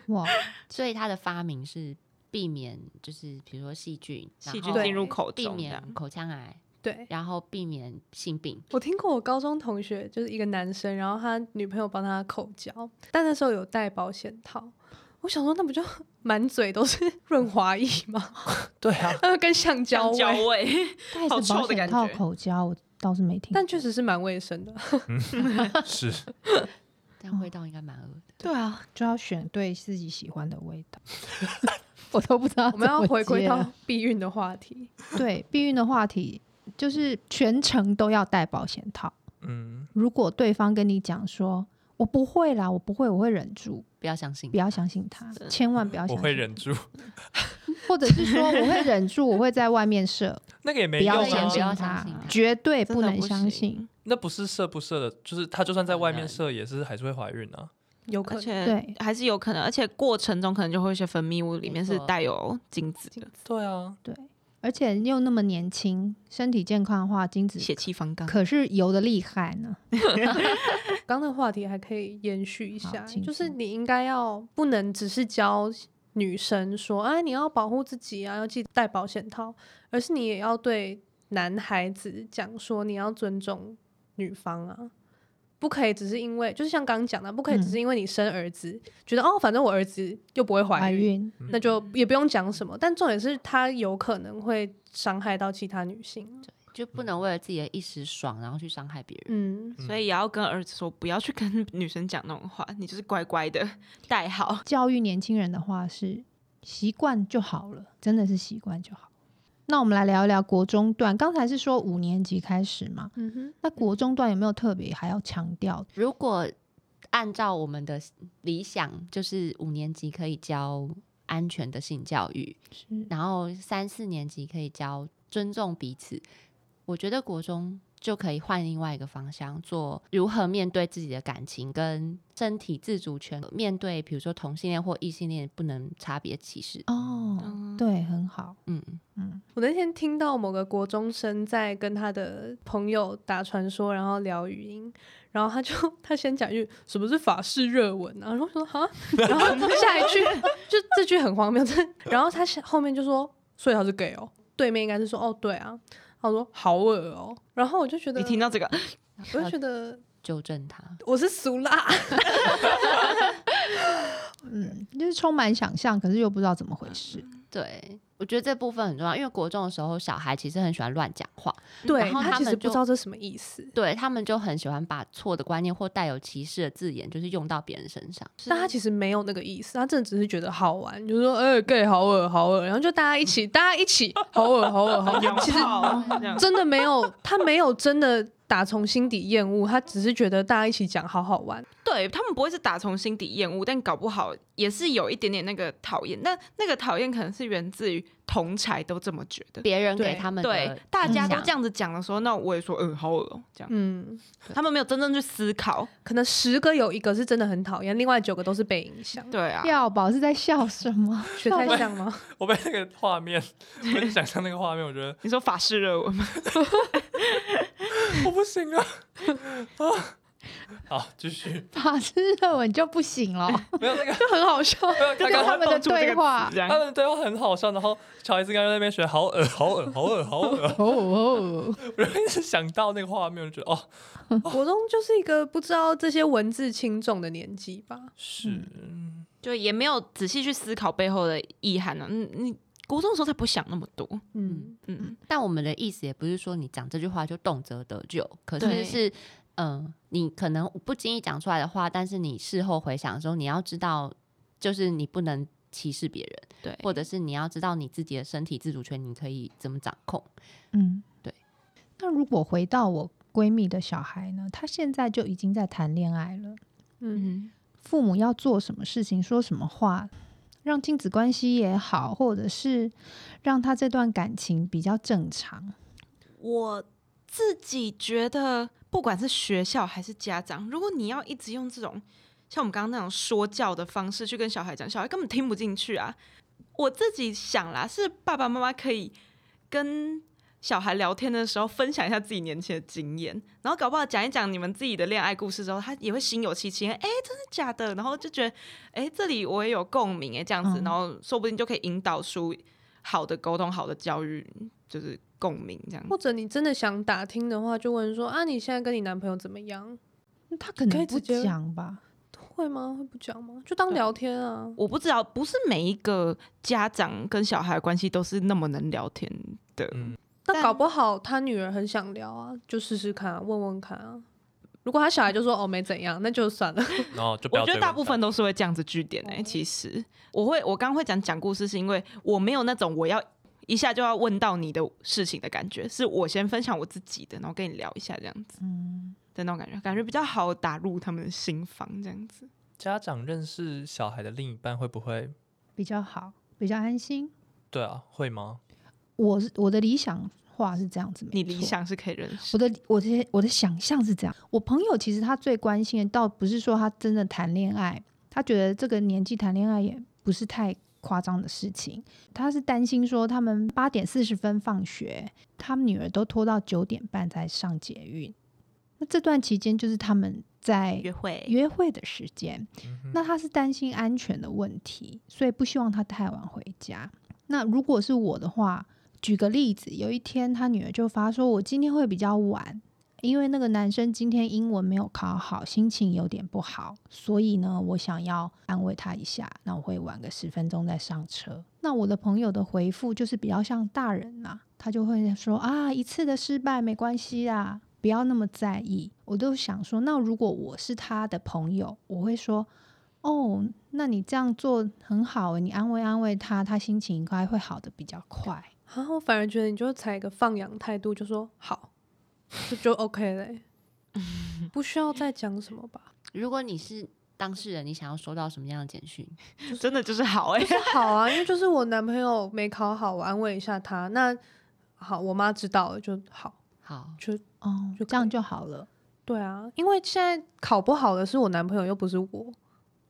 [SPEAKER 1] 哇，
[SPEAKER 5] 所以它的发明是避免，就是比如说细菌，
[SPEAKER 4] 细
[SPEAKER 5] 然
[SPEAKER 4] 菌
[SPEAKER 5] 后
[SPEAKER 4] 进入口
[SPEAKER 5] 避
[SPEAKER 4] 中这
[SPEAKER 5] 免
[SPEAKER 4] 样，
[SPEAKER 5] 口腔癌，
[SPEAKER 2] 对
[SPEAKER 5] 然后避免性病。
[SPEAKER 2] 我听过，我高中同学就是一个男生，然后他女朋友帮他口交，但那时候有戴保险套。我想说，那不就 满嘴都是润滑液吗？
[SPEAKER 3] 对啊，
[SPEAKER 2] 呃，跟橡胶
[SPEAKER 4] 交
[SPEAKER 2] 味，
[SPEAKER 4] 味，
[SPEAKER 1] 戴
[SPEAKER 4] 好
[SPEAKER 1] 着
[SPEAKER 4] 臭
[SPEAKER 1] 保
[SPEAKER 4] 的
[SPEAKER 1] 险
[SPEAKER 4] 感
[SPEAKER 1] 套
[SPEAKER 4] 觉
[SPEAKER 1] 口交，我倒是没听过。
[SPEAKER 2] 但确实是蛮卫生的。
[SPEAKER 3] 是
[SPEAKER 4] 哦
[SPEAKER 5] 但味道应该蛮恶的。
[SPEAKER 4] 对啊，
[SPEAKER 1] 就要选对自己喜欢的味道。 我都不知道
[SPEAKER 2] 我们要
[SPEAKER 1] 怎么
[SPEAKER 2] 回归
[SPEAKER 1] 接
[SPEAKER 2] 到
[SPEAKER 1] 了
[SPEAKER 2] 避孕的话题。
[SPEAKER 1] 对避孕的话题，就是全程都要戴保险套。
[SPEAKER 3] 嗯，
[SPEAKER 1] 如果对方跟你讲说“我不会啦，我不会，我会忍住”，
[SPEAKER 5] 不要相信
[SPEAKER 1] 不，要相信他，千万不要相
[SPEAKER 3] 我
[SPEAKER 1] 信。
[SPEAKER 3] 会忍，住，
[SPEAKER 1] 或者是说我会忍住，我会在外面射，
[SPEAKER 3] 那个也
[SPEAKER 1] 不
[SPEAKER 3] 没用
[SPEAKER 1] 要
[SPEAKER 5] 真的
[SPEAKER 1] 相
[SPEAKER 5] 不
[SPEAKER 1] 信
[SPEAKER 3] 啊。
[SPEAKER 5] 要相信他
[SPEAKER 1] 绝对
[SPEAKER 4] 真
[SPEAKER 1] 不
[SPEAKER 4] 的
[SPEAKER 1] 能相信。
[SPEAKER 4] 行，
[SPEAKER 3] 那不是射不射的，就是他就算在外面
[SPEAKER 5] 嗯
[SPEAKER 3] 射也是还是会怀孕
[SPEAKER 1] 嗯
[SPEAKER 3] 啊。
[SPEAKER 2] 有可
[SPEAKER 4] 而
[SPEAKER 2] 能
[SPEAKER 4] 且
[SPEAKER 1] 对
[SPEAKER 4] 还是有可能，而且过程中可能就会有一些分泌物里面
[SPEAKER 5] 没
[SPEAKER 4] 是
[SPEAKER 5] 错
[SPEAKER 4] 带有精子的，
[SPEAKER 3] 对啊，
[SPEAKER 1] 对，而且又那么年轻，身体健康的话，精子
[SPEAKER 4] 血气方刚。
[SPEAKER 1] 可是游的厉害呢。
[SPEAKER 2] 刚的话题还可以延续一
[SPEAKER 1] 好
[SPEAKER 2] 下，
[SPEAKER 1] 请
[SPEAKER 2] 就是
[SPEAKER 1] 说
[SPEAKER 2] 你应该要不能只是教女生说啊，你要保护自己啊，要记得戴保险套，而是你也要对男孩子讲说你要尊重女方啊，不可以只是因为，就是像刚刚讲的，不可以只
[SPEAKER 1] 嗯
[SPEAKER 2] 是因为你生儿子，觉得哦，反正我儿子又不会怀
[SPEAKER 1] 怀
[SPEAKER 2] 孕，
[SPEAKER 1] 孕，
[SPEAKER 2] 那就也不用讲什么。但重点是他有可能会伤害到其他女性。
[SPEAKER 5] 就不能为了自己的一时爽，然后去伤害别人。
[SPEAKER 2] 嗯，
[SPEAKER 4] 所以也要跟儿子说，不要去跟 女生讲那种话，你就是乖乖的带好。
[SPEAKER 1] 教育年轻人的话是习惯就好了，真的是习惯就好。那我们来聊一聊国中段，刚才是说五年级开始嘛，
[SPEAKER 2] 嗯哼，
[SPEAKER 1] 那国中段有没有特别还要强调？
[SPEAKER 5] 如果按照我们的理想，就是五年级可以教安全的性教育，然后三四年级可以教尊重彼此。我觉得国中就可以换另外一个方向，做如何面对自己的感情跟身体自主权，面对比如说同性恋或异性恋不能差别歧视。
[SPEAKER 1] 哦，
[SPEAKER 4] 嗯，
[SPEAKER 1] 对，很好，
[SPEAKER 5] 嗯，
[SPEAKER 1] 嗯，
[SPEAKER 2] 我那天听到某个国中生在跟他的朋友打传说，然后聊语音，然后他就他先讲一句什么是法式热吻啊，然后我说哈， 然后下一句就这句很荒谬， 这然后他下后面就说，所以他是 gay 哦，对面应该是说哦对啊，他说好恶哦，然后我就觉得
[SPEAKER 4] 你听到这个，
[SPEAKER 2] 我就觉得
[SPEAKER 5] 纠正他。
[SPEAKER 2] 我是俗辣，
[SPEAKER 1] 嗯，就是充满想象，可是又不知道怎么回事。
[SPEAKER 5] 嗯对，我觉得这部分很重要，因为国中的时候，小孩其实很喜欢乱讲话，
[SPEAKER 2] 对
[SPEAKER 5] 然后
[SPEAKER 2] 他
[SPEAKER 5] 他
[SPEAKER 2] 其
[SPEAKER 5] 们
[SPEAKER 2] 实不
[SPEAKER 5] 就
[SPEAKER 2] 知道这什么意思，
[SPEAKER 5] 对他们就很喜欢把错的观念或带有歧视的字眼，就是用到别人身上。
[SPEAKER 2] 但他其实没有那个意思，他真的只是觉得好玩，就是说，哎、g a y 好恶好恶，然后就大家一起，大家一起，好恶好恶
[SPEAKER 1] 哦
[SPEAKER 2] 好恶。其实
[SPEAKER 4] 这样
[SPEAKER 2] 真的没有，他没有真的打从心底厌恶，他只是觉得大家一起讲好好玩。
[SPEAKER 4] 对他们不会是打从心底厌恶，但搞不好也是有一点点那个讨厌。那那个讨厌可能是源自于同才都这么觉得。
[SPEAKER 5] 别人给
[SPEAKER 2] 对
[SPEAKER 5] 他们
[SPEAKER 4] 对
[SPEAKER 5] 的，
[SPEAKER 4] 大家都
[SPEAKER 5] 影响
[SPEAKER 4] 这样子讲的时候，那我也说，嗯，好恶哦、这样。
[SPEAKER 2] 嗯，
[SPEAKER 4] 他们没有真正去思考，
[SPEAKER 2] 可能十个有一个是真的很讨厌，另外九个都是被影
[SPEAKER 1] 嗯
[SPEAKER 2] 响。
[SPEAKER 4] 对啊，
[SPEAKER 1] 耀宝是在笑什么？
[SPEAKER 2] 学太像吗？
[SPEAKER 3] 我被那个画面，我就想象那个画面，我觉 得
[SPEAKER 4] 你说法式热吻吗？
[SPEAKER 3] 我不 行了啊！好，继续，
[SPEAKER 1] 法师热吻就不行了，
[SPEAKER 3] 没有那个，
[SPEAKER 2] 就很好 笑。
[SPEAKER 3] 没有
[SPEAKER 1] 就
[SPEAKER 3] 刚
[SPEAKER 1] 跟
[SPEAKER 3] 刚
[SPEAKER 1] 他们的对话。呃
[SPEAKER 4] 这样
[SPEAKER 3] 他们的对话很好笑，然后乔伊斯刚刚在那边学好恶，好恶，好恶，好恶，
[SPEAKER 1] 哦哦，
[SPEAKER 3] 我就一直想到那个画面，我就觉得哦，
[SPEAKER 2] 国中就是一个不知道这些文字轻重的年纪吧。
[SPEAKER 3] 是，
[SPEAKER 1] 嗯
[SPEAKER 4] 就也没有仔细去思考背后的意涵呢、嗯，你国中的时候才不想那么多。
[SPEAKER 2] 嗯，
[SPEAKER 4] 嗯，
[SPEAKER 5] 但我们的意思也不是说你讲这句话就动辄得咎，可
[SPEAKER 4] 对
[SPEAKER 5] 是是，嗯、你可能不经意讲出来的话，但是你事后回想的时候，你要知道，就是你不能歧视别人，
[SPEAKER 4] 对，
[SPEAKER 5] 或者是你要知道你自己的身体自主权，你可以怎么掌控。
[SPEAKER 1] 嗯，
[SPEAKER 5] 对。
[SPEAKER 1] 那如果回到我闺蜜的小孩呢？她现在就已经在谈恋爱了，
[SPEAKER 2] 嗯，
[SPEAKER 4] 嗯，
[SPEAKER 1] 父母要做什么事情、说什么话，让亲子关系也好，或者是让她这段感情比较正常。
[SPEAKER 4] 我自己觉得，不管是学校还是家长，如果你要一直用这种像我们刚刚那种说教的方式去跟小孩讲，小孩根本听不进去啊。我自己想啦，是爸爸妈妈可以跟小孩聊天的时候分享一下自己年轻的经验，然后搞不好讲一讲你们自己的恋爱故事之后，他也会心有戚戚，哎、真的假的？然后就觉得，哎、这里我也有共鸣，哎，这样子，
[SPEAKER 1] 嗯
[SPEAKER 4] 然后说不定就可以引导出好的沟通、好的教育，就是共鸣这样子
[SPEAKER 2] 或。者你真的想打听的话，就问说啊，你现在跟你男朋友怎么样？
[SPEAKER 1] 她可
[SPEAKER 2] 可以
[SPEAKER 1] 能不
[SPEAKER 2] 直接
[SPEAKER 1] 讲吧，
[SPEAKER 2] 会吗？会不讲吗？就当
[SPEAKER 4] 对
[SPEAKER 2] 聊天啊。
[SPEAKER 4] 我不知道，不是每一个家长跟小孩的关系都是那么能聊天的。
[SPEAKER 3] 嗯，
[SPEAKER 2] 但
[SPEAKER 4] 但
[SPEAKER 2] 搞不好他女儿很想聊啊，就试试看、啊，问问看啊。如果他小孩就说哦没怎样，那就算了。
[SPEAKER 3] 然后就不
[SPEAKER 4] 我
[SPEAKER 3] 要
[SPEAKER 4] 觉
[SPEAKER 3] 追
[SPEAKER 4] 得
[SPEAKER 3] 问
[SPEAKER 4] 大部分都是会这样子据点诶、
[SPEAKER 2] 哦
[SPEAKER 4] 其实我会，我刚刚会讲讲故事，是因为我没有那种我要一下就要问到你的事情的感觉，是我先分享我自己的，然后跟你聊一下这样子
[SPEAKER 1] 嗯，
[SPEAKER 4] 的那种感觉，感觉比较好打入他们的心房这样子。
[SPEAKER 3] 家长认识小孩的另一半会不会？
[SPEAKER 1] 比较好，比较安心。
[SPEAKER 3] 对啊，会吗？
[SPEAKER 1] 我是我的理想化是这样子，没
[SPEAKER 4] 你理
[SPEAKER 1] 错
[SPEAKER 4] 想是可以认识
[SPEAKER 1] 我，的我的我的想象是这样，我朋友其实他最关心的，倒不是说他真的谈恋爱，他觉得这个年纪谈恋爱也不是太夸张的事情，他是担心说他们八点四十分放学，他们女儿都拖到九点半才上捷运，那这段期间就是他们在
[SPEAKER 4] 约会，
[SPEAKER 1] 约会的时间，
[SPEAKER 3] 嗯
[SPEAKER 1] 那他是担心安全的问题，所以不希望他太晚回家。那如果是我的话，举个例子，有一天他女儿就发说：“我今天会比较晚，因为那个男生今天英文没有考好，心情有点不好，所以呢，我想要安慰他一下，那我会晚个十分钟再上车。”那我的朋友的回复就是比较像大人啦、他就会说：“啊，一次的失败没关系啦，不要那么在意。”我都想说，那如果我是他的朋友，我会说：“哦，那你这样做很好欸，你安慰安慰他，他心情应该会好的比较快。”
[SPEAKER 2] 啊，我反而觉得你就采一个放养态度，就说好，这就 OK 嘞、不需要再讲什么吧？
[SPEAKER 5] 如果你是当事人，你想要收到什么样的简讯？
[SPEAKER 4] 真的就是好哎、
[SPEAKER 2] 就是好啊，因为就是我男朋友没考好，我安慰一下他。那好，我妈知道了就好，
[SPEAKER 5] 好，
[SPEAKER 2] 就
[SPEAKER 1] 哦，
[SPEAKER 2] 就
[SPEAKER 1] 这样就好了。
[SPEAKER 2] 对啊，因为现在考不好的是我男朋友，又不是我，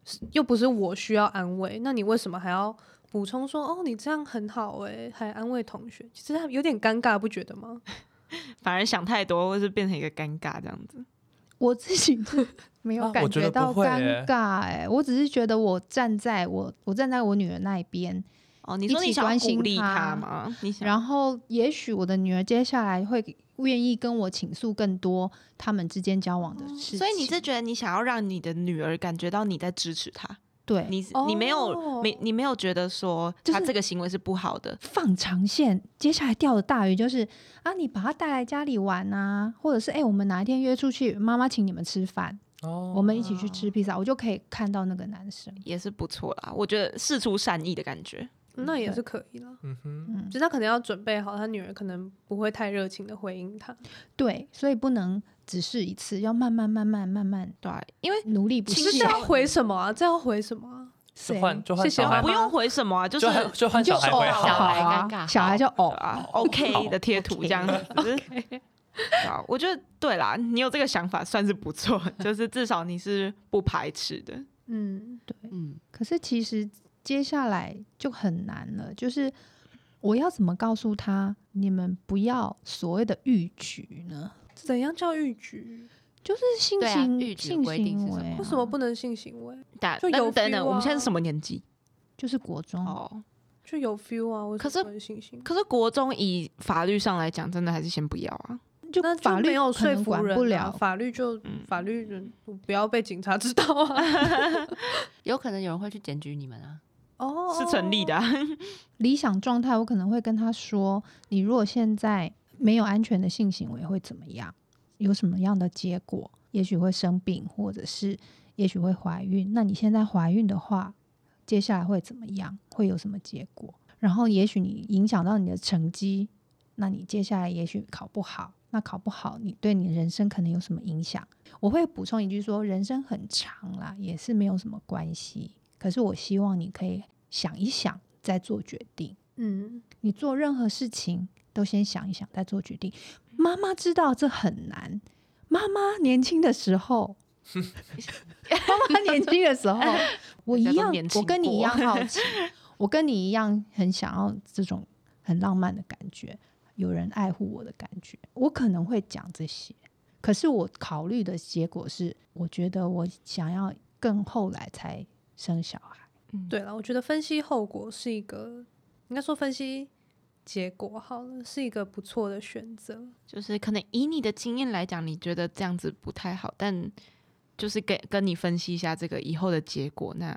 [SPEAKER 2] 是又不是我需要安慰。那你为什么还要补充说哦，你这样很好诶、还安慰同学？其实他有点尴尬，不觉得吗？
[SPEAKER 4] 反而想太多，或是变成一个尴尬这样子。
[SPEAKER 1] 我自己是没
[SPEAKER 3] 啊
[SPEAKER 1] 有
[SPEAKER 3] 我
[SPEAKER 1] 感
[SPEAKER 3] 觉
[SPEAKER 1] 觉
[SPEAKER 3] 得
[SPEAKER 1] 到
[SPEAKER 3] 不会
[SPEAKER 1] 尴
[SPEAKER 3] 耶
[SPEAKER 1] 尬、欸，我只是觉得我站在我我站在我女儿那一边，
[SPEAKER 4] 哦，你说
[SPEAKER 1] 一起
[SPEAKER 4] 你想要
[SPEAKER 1] 关心
[SPEAKER 4] 鼓励
[SPEAKER 1] 他
[SPEAKER 4] 他吗？你想，
[SPEAKER 1] 然后也许我的女儿接下来会愿意跟我倾诉更多他们之间交往的事情。
[SPEAKER 4] 哦所以你是觉得你想要让你的女儿感觉到你在支持她，
[SPEAKER 1] 对
[SPEAKER 4] 你 你没有
[SPEAKER 2] 哦
[SPEAKER 4] 没你没有觉得说
[SPEAKER 1] 就是
[SPEAKER 4] 她这个行为是不好的，
[SPEAKER 1] 放长线，接下来钓的大鱼就是啊，你把她带来家里玩啊，或者是哎、我们哪一天约出去，妈妈请你们吃饭，
[SPEAKER 3] 哦，
[SPEAKER 1] 我们一起去吃披萨，我就可以看到那个男生。
[SPEAKER 4] 也是不错啦。我觉得事出善意的感觉，
[SPEAKER 3] 哦
[SPEAKER 2] 那也
[SPEAKER 1] 对
[SPEAKER 2] 是可以啦。
[SPEAKER 3] 嗯哼，
[SPEAKER 1] 嗯
[SPEAKER 2] 就，是他可能要准备好，他女儿可能不会太热情的回应他。
[SPEAKER 1] 对，所以不能只试一次，要慢慢慢慢慢慢
[SPEAKER 4] 对啊、因为
[SPEAKER 1] 努力不懈。
[SPEAKER 2] 其实这要回什么啊？这要回什么啊？
[SPEAKER 3] 就
[SPEAKER 1] 谁？
[SPEAKER 3] 换就换
[SPEAKER 2] 谢谢
[SPEAKER 3] 小孩
[SPEAKER 2] 妈
[SPEAKER 4] 不
[SPEAKER 2] 妈
[SPEAKER 4] 用回什么啊，就
[SPEAKER 3] 就是换就换
[SPEAKER 1] 你就
[SPEAKER 3] 小孩会
[SPEAKER 1] 哦
[SPEAKER 5] 小
[SPEAKER 3] 好。
[SPEAKER 5] 孩
[SPEAKER 1] 啊
[SPEAKER 5] 尴尬
[SPEAKER 1] 小孩就哦
[SPEAKER 4] 对，啊，OK 的贴图这样子。只是 对啊我觉得对啦，你有这个想法算是不错，就是至少你是不排斥的。
[SPEAKER 2] 嗯，
[SPEAKER 1] 对。
[SPEAKER 5] 嗯，
[SPEAKER 1] 可是其实接下来就很难了，就是我要怎么告诉他，你们不要所谓的阈局呢？
[SPEAKER 2] 怎样叫阈局？
[SPEAKER 1] 就是性
[SPEAKER 5] 对啊
[SPEAKER 1] 行、
[SPEAKER 5] 阈局
[SPEAKER 1] 性
[SPEAKER 5] 规定
[SPEAKER 1] 行
[SPEAKER 5] 是什
[SPEAKER 1] 为、
[SPEAKER 5] 么
[SPEAKER 1] 啊，
[SPEAKER 2] 为什么不能性行为？
[SPEAKER 4] 但
[SPEAKER 2] 就有
[SPEAKER 4] 等等
[SPEAKER 2] feel 啊
[SPEAKER 4] 等，我们现在是什么年纪？
[SPEAKER 1] 就是国中、
[SPEAKER 4] 哦，
[SPEAKER 2] 就有 feel 啊？为什
[SPEAKER 4] 可
[SPEAKER 2] 么
[SPEAKER 4] 是
[SPEAKER 2] 不能性行为？
[SPEAKER 4] 可是国中以法律上来讲，真的还是先不要啊。
[SPEAKER 1] 就
[SPEAKER 2] 那
[SPEAKER 1] 法律
[SPEAKER 2] 没有
[SPEAKER 1] 可
[SPEAKER 2] 说
[SPEAKER 1] 能
[SPEAKER 2] 服
[SPEAKER 1] 管
[SPEAKER 2] 人、啊，
[SPEAKER 1] 不了。
[SPEAKER 2] 法律就
[SPEAKER 4] 嗯
[SPEAKER 2] 法律人不要被警察知道 啊。
[SPEAKER 5] 有可能有人会去检举你们啊。
[SPEAKER 2] 哦
[SPEAKER 4] 是成立的、。啊，
[SPEAKER 1] 理想状态，我可能会跟他说：“你如果现在没有安全的性行为会怎么样？有什么样的结果？也许会生病，或者是也许会怀孕。那你现在怀孕的话，接下来会怎么样？会有什么结果？然后也许你影响到你的成绩，那你接下来也许考不好。”那考不好，你对你的人生可能有什么影响？我会补充一句说，人生很长啦，也是没有什么关系。可是我希望你可以想一想，再做决定。
[SPEAKER 2] 嗯，
[SPEAKER 1] 你做任何事情都先想一想，再做决定。妈妈知道这很难。妈妈年轻的时 候，妈妈年轻的时候，我一
[SPEAKER 4] 大家都
[SPEAKER 1] 样
[SPEAKER 4] 年，轻
[SPEAKER 1] 我跟你
[SPEAKER 4] 过
[SPEAKER 1] 一 样好奇，我跟你一样很想要这种很浪漫的感觉，有人爱护我的感觉。我可能会讲这些，可是我考虑的结果是，我觉得我想要更后来才生小孩。
[SPEAKER 2] 对了，我觉得分析后果是一个，应该说分析结果好了，是一个不错的选择。
[SPEAKER 4] 就是可能以你的经验来讲，你觉得这样子不太好，但就是跟跟你分析一下这个以后的结果。那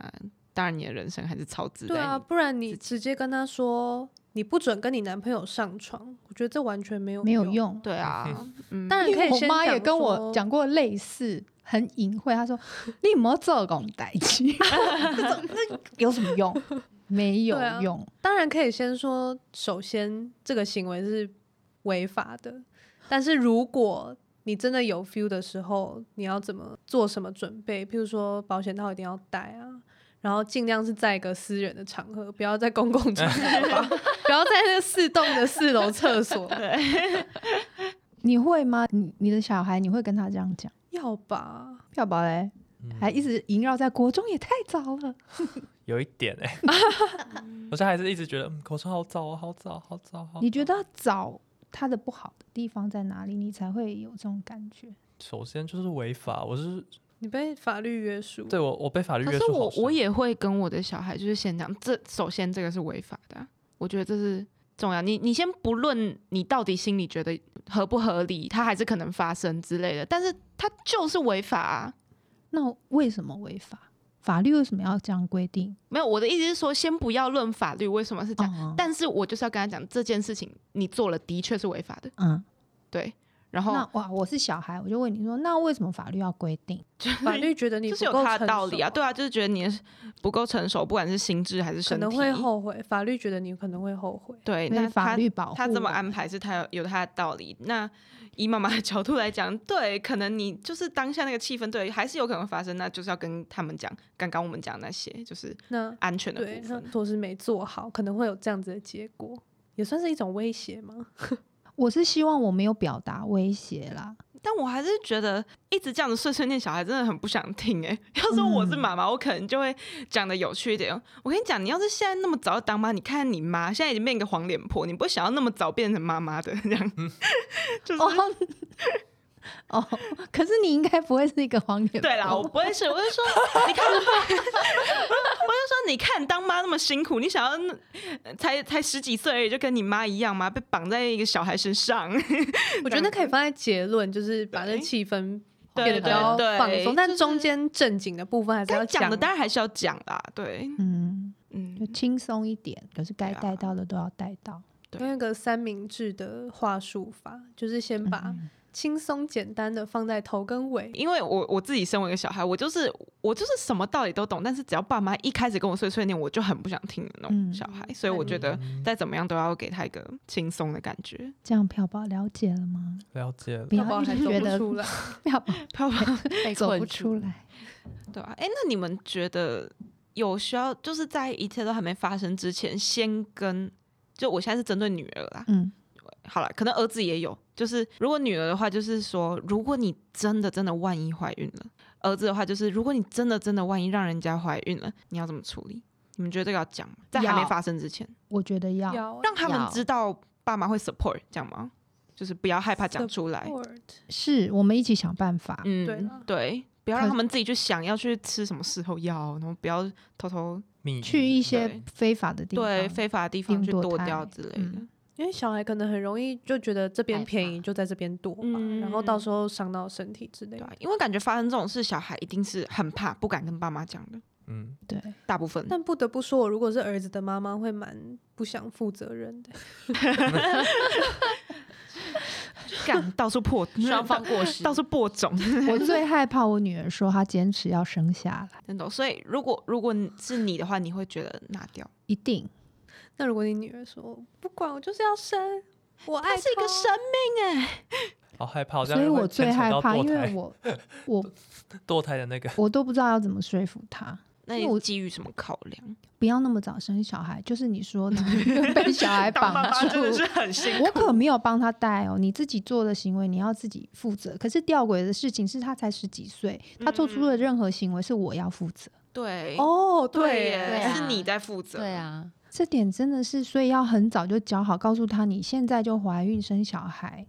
[SPEAKER 4] 当然，你的人生还是超自
[SPEAKER 2] 对
[SPEAKER 4] 在
[SPEAKER 2] 啊，
[SPEAKER 4] 你。
[SPEAKER 2] 不然你直接跟他说你不准跟你男朋友上床，我觉得这完全没有
[SPEAKER 1] 没有。用，
[SPEAKER 4] 对啊，嗯，
[SPEAKER 2] 当然
[SPEAKER 1] 因
[SPEAKER 2] 可
[SPEAKER 1] 为
[SPEAKER 2] 以
[SPEAKER 1] 我
[SPEAKER 2] 先
[SPEAKER 1] 妈也跟我
[SPEAKER 2] 说
[SPEAKER 1] 讲过类似，很隐晦，她说你有没有做工代志，这种那有什么用？ 没有
[SPEAKER 2] 对啊
[SPEAKER 1] 用，
[SPEAKER 2] 当然可以先说，首先这个行为是违法的，但是如果你真的有 feel 的时候，你要怎么做什么准备？譬如说保险套一定要带啊，然后尽量是在一个私人的场合，不要在公共场合 吧，不要在那个四栋的四楼厕所，
[SPEAKER 1] 你会吗？你你的小孩你会跟他这样讲？
[SPEAKER 2] 要吧？
[SPEAKER 1] 票宝嘞，
[SPEAKER 3] 嗯
[SPEAKER 1] 还一直萦绕在国中，也太早了。
[SPEAKER 3] 有一点 哎、我现在还是一直觉得，嗯，口罩好早哦，好早，好早，好早。
[SPEAKER 1] 你觉得早他的不好的地方在哪里，你才会有这种感觉？
[SPEAKER 3] 首先就是违法，我是
[SPEAKER 2] 你被法律约束，
[SPEAKER 3] 对我我被法律
[SPEAKER 4] 可
[SPEAKER 3] 约
[SPEAKER 4] 是
[SPEAKER 3] 束好
[SPEAKER 4] 我
[SPEAKER 3] 深。
[SPEAKER 4] 我也会跟我的小孩就是先讲，这首先这个是违法的啊、我觉得这是重要。你你先不论你到底心里觉得合不合理，它还是可能发生之类的，但是它就是违法、啊。
[SPEAKER 1] 那为什么违法？法律为什么要这样规定？
[SPEAKER 4] 没有，我的意思是说，先不要论法律为什么是这样，
[SPEAKER 1] 哦
[SPEAKER 4] 但是我就是要跟他讲这件事情，你做了的确是违法的，
[SPEAKER 1] 嗯，
[SPEAKER 4] 对。然后
[SPEAKER 2] 哦
[SPEAKER 1] 那哇，我是小孩，我就问你说，那为什么法律要规定？
[SPEAKER 2] 法 律觉得你
[SPEAKER 4] 就是
[SPEAKER 2] 不
[SPEAKER 4] 有
[SPEAKER 2] 够
[SPEAKER 4] 他的
[SPEAKER 2] 成
[SPEAKER 4] 道理啊，
[SPEAKER 2] 熟
[SPEAKER 4] 对啊，就是觉得你不够成熟，不管是心智还是
[SPEAKER 2] 可
[SPEAKER 4] 身体，
[SPEAKER 2] 能会后悔。法律觉得你可能会后悔，
[SPEAKER 4] 对，
[SPEAKER 1] 所以
[SPEAKER 4] 那
[SPEAKER 1] 法
[SPEAKER 4] 他
[SPEAKER 1] 律保护
[SPEAKER 4] 他这么
[SPEAKER 1] 我
[SPEAKER 4] 安
[SPEAKER 1] 们
[SPEAKER 4] 排是他有有他的道理。那以妈妈的角度来讲， 对，可能你就是当下那个气氛，对，还是有可能发生，那就是要跟他们讲，刚刚我们讲那些就是
[SPEAKER 2] 那
[SPEAKER 4] 安全的
[SPEAKER 2] 对
[SPEAKER 4] 部
[SPEAKER 2] 那
[SPEAKER 4] 分。
[SPEAKER 2] 措施没做好，可能会有这样子的结果，也算是一种威胁 嘛。
[SPEAKER 1] 我是希望我没有表达威胁啦，
[SPEAKER 4] 但我还是觉得一直这样子碎碎念，小孩真的很不想听哎、 要说我是妈妈，我可能就会讲的有趣一点哦。我跟你讲，你要是现在那么早就当妈，你看你妈现在已经变一个黄脸婆，你不会想要那么早变成妈妈的这样，就是
[SPEAKER 1] 哦。哦，可是你应该不会是一个黄脸婆。
[SPEAKER 4] 对啦，我不会是，我是说，你看， 我就说，你看当妈那么辛苦，你想要呃才才十几岁而已，就跟你妈一样吗？被绑在一个小孩身上，
[SPEAKER 2] 我觉得那可以放在结论，就是把那
[SPEAKER 4] 对
[SPEAKER 2] 气氛
[SPEAKER 4] 对
[SPEAKER 2] 变得比较
[SPEAKER 4] 对对
[SPEAKER 2] 放松，但
[SPEAKER 4] 就是
[SPEAKER 2] 中间正经的部分还是要
[SPEAKER 4] 该讲的
[SPEAKER 2] 但
[SPEAKER 4] 当然还是要讲啦，对，
[SPEAKER 1] 嗯，就
[SPEAKER 4] 嗯，
[SPEAKER 1] 轻松一点，可是该
[SPEAKER 4] 对啊
[SPEAKER 1] 带到的都要带到。
[SPEAKER 4] 对
[SPEAKER 2] 那个三明治的话术法，就是先把
[SPEAKER 1] 嗯
[SPEAKER 2] 轻松简单的放在头跟尾，
[SPEAKER 4] 因为我我自己身为一个小孩，我就是我就是什么道理都懂，但是只要爸妈一开始跟我碎碎念，我就很不想听的那种
[SPEAKER 1] 嗯
[SPEAKER 4] 小孩，所以我觉得
[SPEAKER 3] 嗯
[SPEAKER 4] 再怎么样都要给他一个轻松的感觉。
[SPEAKER 1] 这样漂宝了解了吗？
[SPEAKER 3] 了解了
[SPEAKER 1] 不。
[SPEAKER 2] 要
[SPEAKER 1] 要
[SPEAKER 2] 然
[SPEAKER 1] 一
[SPEAKER 2] 还
[SPEAKER 1] 直
[SPEAKER 2] 走
[SPEAKER 1] 觉
[SPEAKER 2] 不
[SPEAKER 1] 得
[SPEAKER 2] 出来。
[SPEAKER 1] 漂宝
[SPEAKER 4] 漂亮。
[SPEAKER 5] 被
[SPEAKER 1] 走
[SPEAKER 5] 困
[SPEAKER 1] 不
[SPEAKER 5] 住
[SPEAKER 1] 出来。
[SPEAKER 4] 对啊，哎，那你们觉得有需要就是在一切都还没发生之前，先跟就我现在是针对女儿啦，
[SPEAKER 1] 嗯，
[SPEAKER 4] 好了，可能儿子也有，就是如果女儿的话，就是说，如果你真的真的万一怀孕了，儿子的话就是，如果你真的真的万一让人家怀孕了，你要怎么处理？你们觉得这个要讲吗？在还没
[SPEAKER 1] 要
[SPEAKER 4] 发生之前，
[SPEAKER 1] 我觉得要
[SPEAKER 2] 要
[SPEAKER 4] 让他们
[SPEAKER 5] 要
[SPEAKER 4] 知道爸妈会 support，这样吗？就是不要害怕讲出来，
[SPEAKER 2] support
[SPEAKER 1] 是我们一起想办法。
[SPEAKER 2] 对
[SPEAKER 4] 嗯
[SPEAKER 2] 啦，
[SPEAKER 4] 对，不要
[SPEAKER 1] 可
[SPEAKER 4] 让他们自己去想要去吃什么事后药，然后不要偷偷
[SPEAKER 3] 你
[SPEAKER 1] 去一些
[SPEAKER 4] 对
[SPEAKER 1] 非法的地方，
[SPEAKER 4] 对非法的地方
[SPEAKER 1] 并
[SPEAKER 4] 去
[SPEAKER 1] 堕
[SPEAKER 4] 剁
[SPEAKER 1] 胎
[SPEAKER 4] 掉之类的
[SPEAKER 1] 嗯。
[SPEAKER 2] 因为小孩可能很容易就觉得这边
[SPEAKER 5] 害
[SPEAKER 2] 便宜
[SPEAKER 5] 怕
[SPEAKER 2] 就在这边剁吧，
[SPEAKER 4] 嗯
[SPEAKER 2] 然后到时候伤到身体之类
[SPEAKER 4] 对啊
[SPEAKER 2] 的。，
[SPEAKER 4] 因为感觉发生这种事，小孩一定是很怕，不敢跟爸妈讲的，
[SPEAKER 3] 嗯，
[SPEAKER 1] 对，
[SPEAKER 4] 大部分。
[SPEAKER 2] 但不得不说，我如果是儿子的妈妈，会蛮不想负责任的。
[SPEAKER 4] 干到处破，
[SPEAKER 5] 双方过失，
[SPEAKER 4] 到处播 种
[SPEAKER 1] 我最害怕我女儿说她坚持要生下来，
[SPEAKER 4] 那种。所以，如果如果是你的话，你会觉得拿掉。
[SPEAKER 1] 一定
[SPEAKER 2] 那如果你女儿说不管，我就是要生，我爱
[SPEAKER 4] 它是一个
[SPEAKER 2] 她
[SPEAKER 4] 生命哎，
[SPEAKER 3] 好害怕，好像
[SPEAKER 1] 所以
[SPEAKER 3] 会
[SPEAKER 1] 我最
[SPEAKER 3] 牵扯
[SPEAKER 1] 害
[SPEAKER 3] 到
[SPEAKER 1] 怕，
[SPEAKER 3] 堕
[SPEAKER 1] 因为
[SPEAKER 3] 胎
[SPEAKER 1] 我 我
[SPEAKER 3] 堕胎的那个，
[SPEAKER 1] 我都不知道要怎么说服她，
[SPEAKER 4] 那
[SPEAKER 1] 因为我
[SPEAKER 4] 你基于什么考量？
[SPEAKER 1] 不要那么早生小孩，就是你说的 被小孩绑住。
[SPEAKER 4] 很辛
[SPEAKER 1] 我可没有帮她带哦，你自己做的行为你要自己负责。可是吊诡的事情是，她才十几岁，她做出的任何行为是我要负责。
[SPEAKER 4] 对，
[SPEAKER 2] 哦，
[SPEAKER 4] 对
[SPEAKER 5] 对
[SPEAKER 4] 耶，
[SPEAKER 5] 啊
[SPEAKER 4] 是你在负责。
[SPEAKER 5] 对， 啊，
[SPEAKER 1] 这点真的是，所以要很早就教好，告诉她你现在就怀孕生小孩，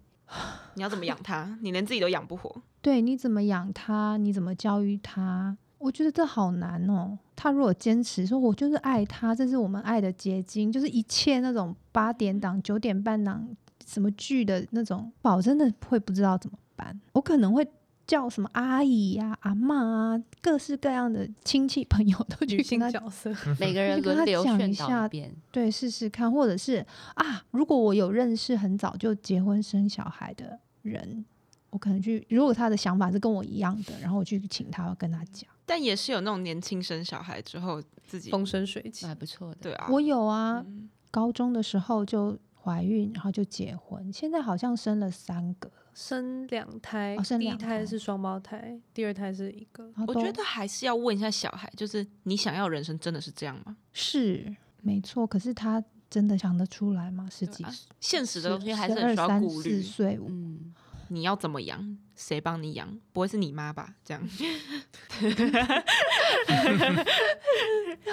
[SPEAKER 4] 你要怎么养它？你连自己都养不活。
[SPEAKER 1] 对，你怎么养他，你怎么教育他？我觉得这好难哦。他如果坚持说，我就是爱他，这是我们爱的结晶，就是一切那种八点档、九点半档什么剧的那种，宝真的会不知道怎么办。我可能会叫什么阿姨呀、阿嬷啊，各式各样的亲戚朋友都去
[SPEAKER 2] 女
[SPEAKER 1] 跟
[SPEAKER 2] 性
[SPEAKER 1] 他
[SPEAKER 2] 角色，
[SPEAKER 5] 每个人
[SPEAKER 1] 你跟
[SPEAKER 5] 轮
[SPEAKER 1] 他
[SPEAKER 5] 流
[SPEAKER 1] 讲
[SPEAKER 5] 劝
[SPEAKER 1] 一
[SPEAKER 5] 导
[SPEAKER 1] 下
[SPEAKER 5] 一遍，
[SPEAKER 1] 对，试试看，或者是啊，如果我有认识很早就结婚生小孩的人，我可能去，如果他的想法是跟我一样的，然后我去请他跟他讲。
[SPEAKER 4] 但也是有那种年轻生小孩之后自己
[SPEAKER 2] 风生水起
[SPEAKER 5] 那。还不错的。
[SPEAKER 4] 对啊，
[SPEAKER 1] 我有啊，
[SPEAKER 4] 嗯
[SPEAKER 1] 高中的时候就怀孕，然后就结婚，现在好像生了三个，
[SPEAKER 2] 生两胎
[SPEAKER 1] 哦，生
[SPEAKER 2] 第一
[SPEAKER 1] 两胎
[SPEAKER 2] 胎是双胞胎，第二胎是一个。
[SPEAKER 1] 然后
[SPEAKER 4] 我
[SPEAKER 1] 都
[SPEAKER 4] 觉得还是要问一下小孩，就是你想要的人生真的是这样吗？
[SPEAKER 1] 是没错。可是他真的想得出来吗？十
[SPEAKER 4] 对
[SPEAKER 1] 几
[SPEAKER 4] 啊
[SPEAKER 1] 岁
[SPEAKER 4] 现实的东西还是很
[SPEAKER 1] 二
[SPEAKER 4] 需要
[SPEAKER 1] 三
[SPEAKER 4] 顾
[SPEAKER 1] 四
[SPEAKER 4] 虑。
[SPEAKER 1] 岁，
[SPEAKER 5] 嗯，
[SPEAKER 4] 你要怎么养？谁帮你养？不会是你妈吧？这样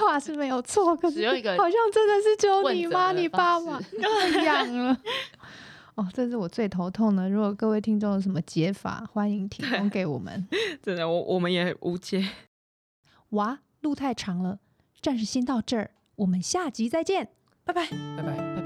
[SPEAKER 1] 话是没有错，可
[SPEAKER 5] 只
[SPEAKER 1] 是
[SPEAKER 5] 有一个
[SPEAKER 1] 好像真的是只有
[SPEAKER 5] 问
[SPEAKER 1] 你
[SPEAKER 5] 责
[SPEAKER 1] 妈、
[SPEAKER 5] 的
[SPEAKER 1] 你爸
[SPEAKER 5] 方
[SPEAKER 1] 爸
[SPEAKER 5] 式
[SPEAKER 1] 这样了。哦，这是我最头痛的。如果各位听众有什么解法，欢迎提供给我们。
[SPEAKER 4] 真的，我我们也无解。
[SPEAKER 1] 哇，路太长了，暂时先到这儿，我们下集再见。
[SPEAKER 3] 拜拜。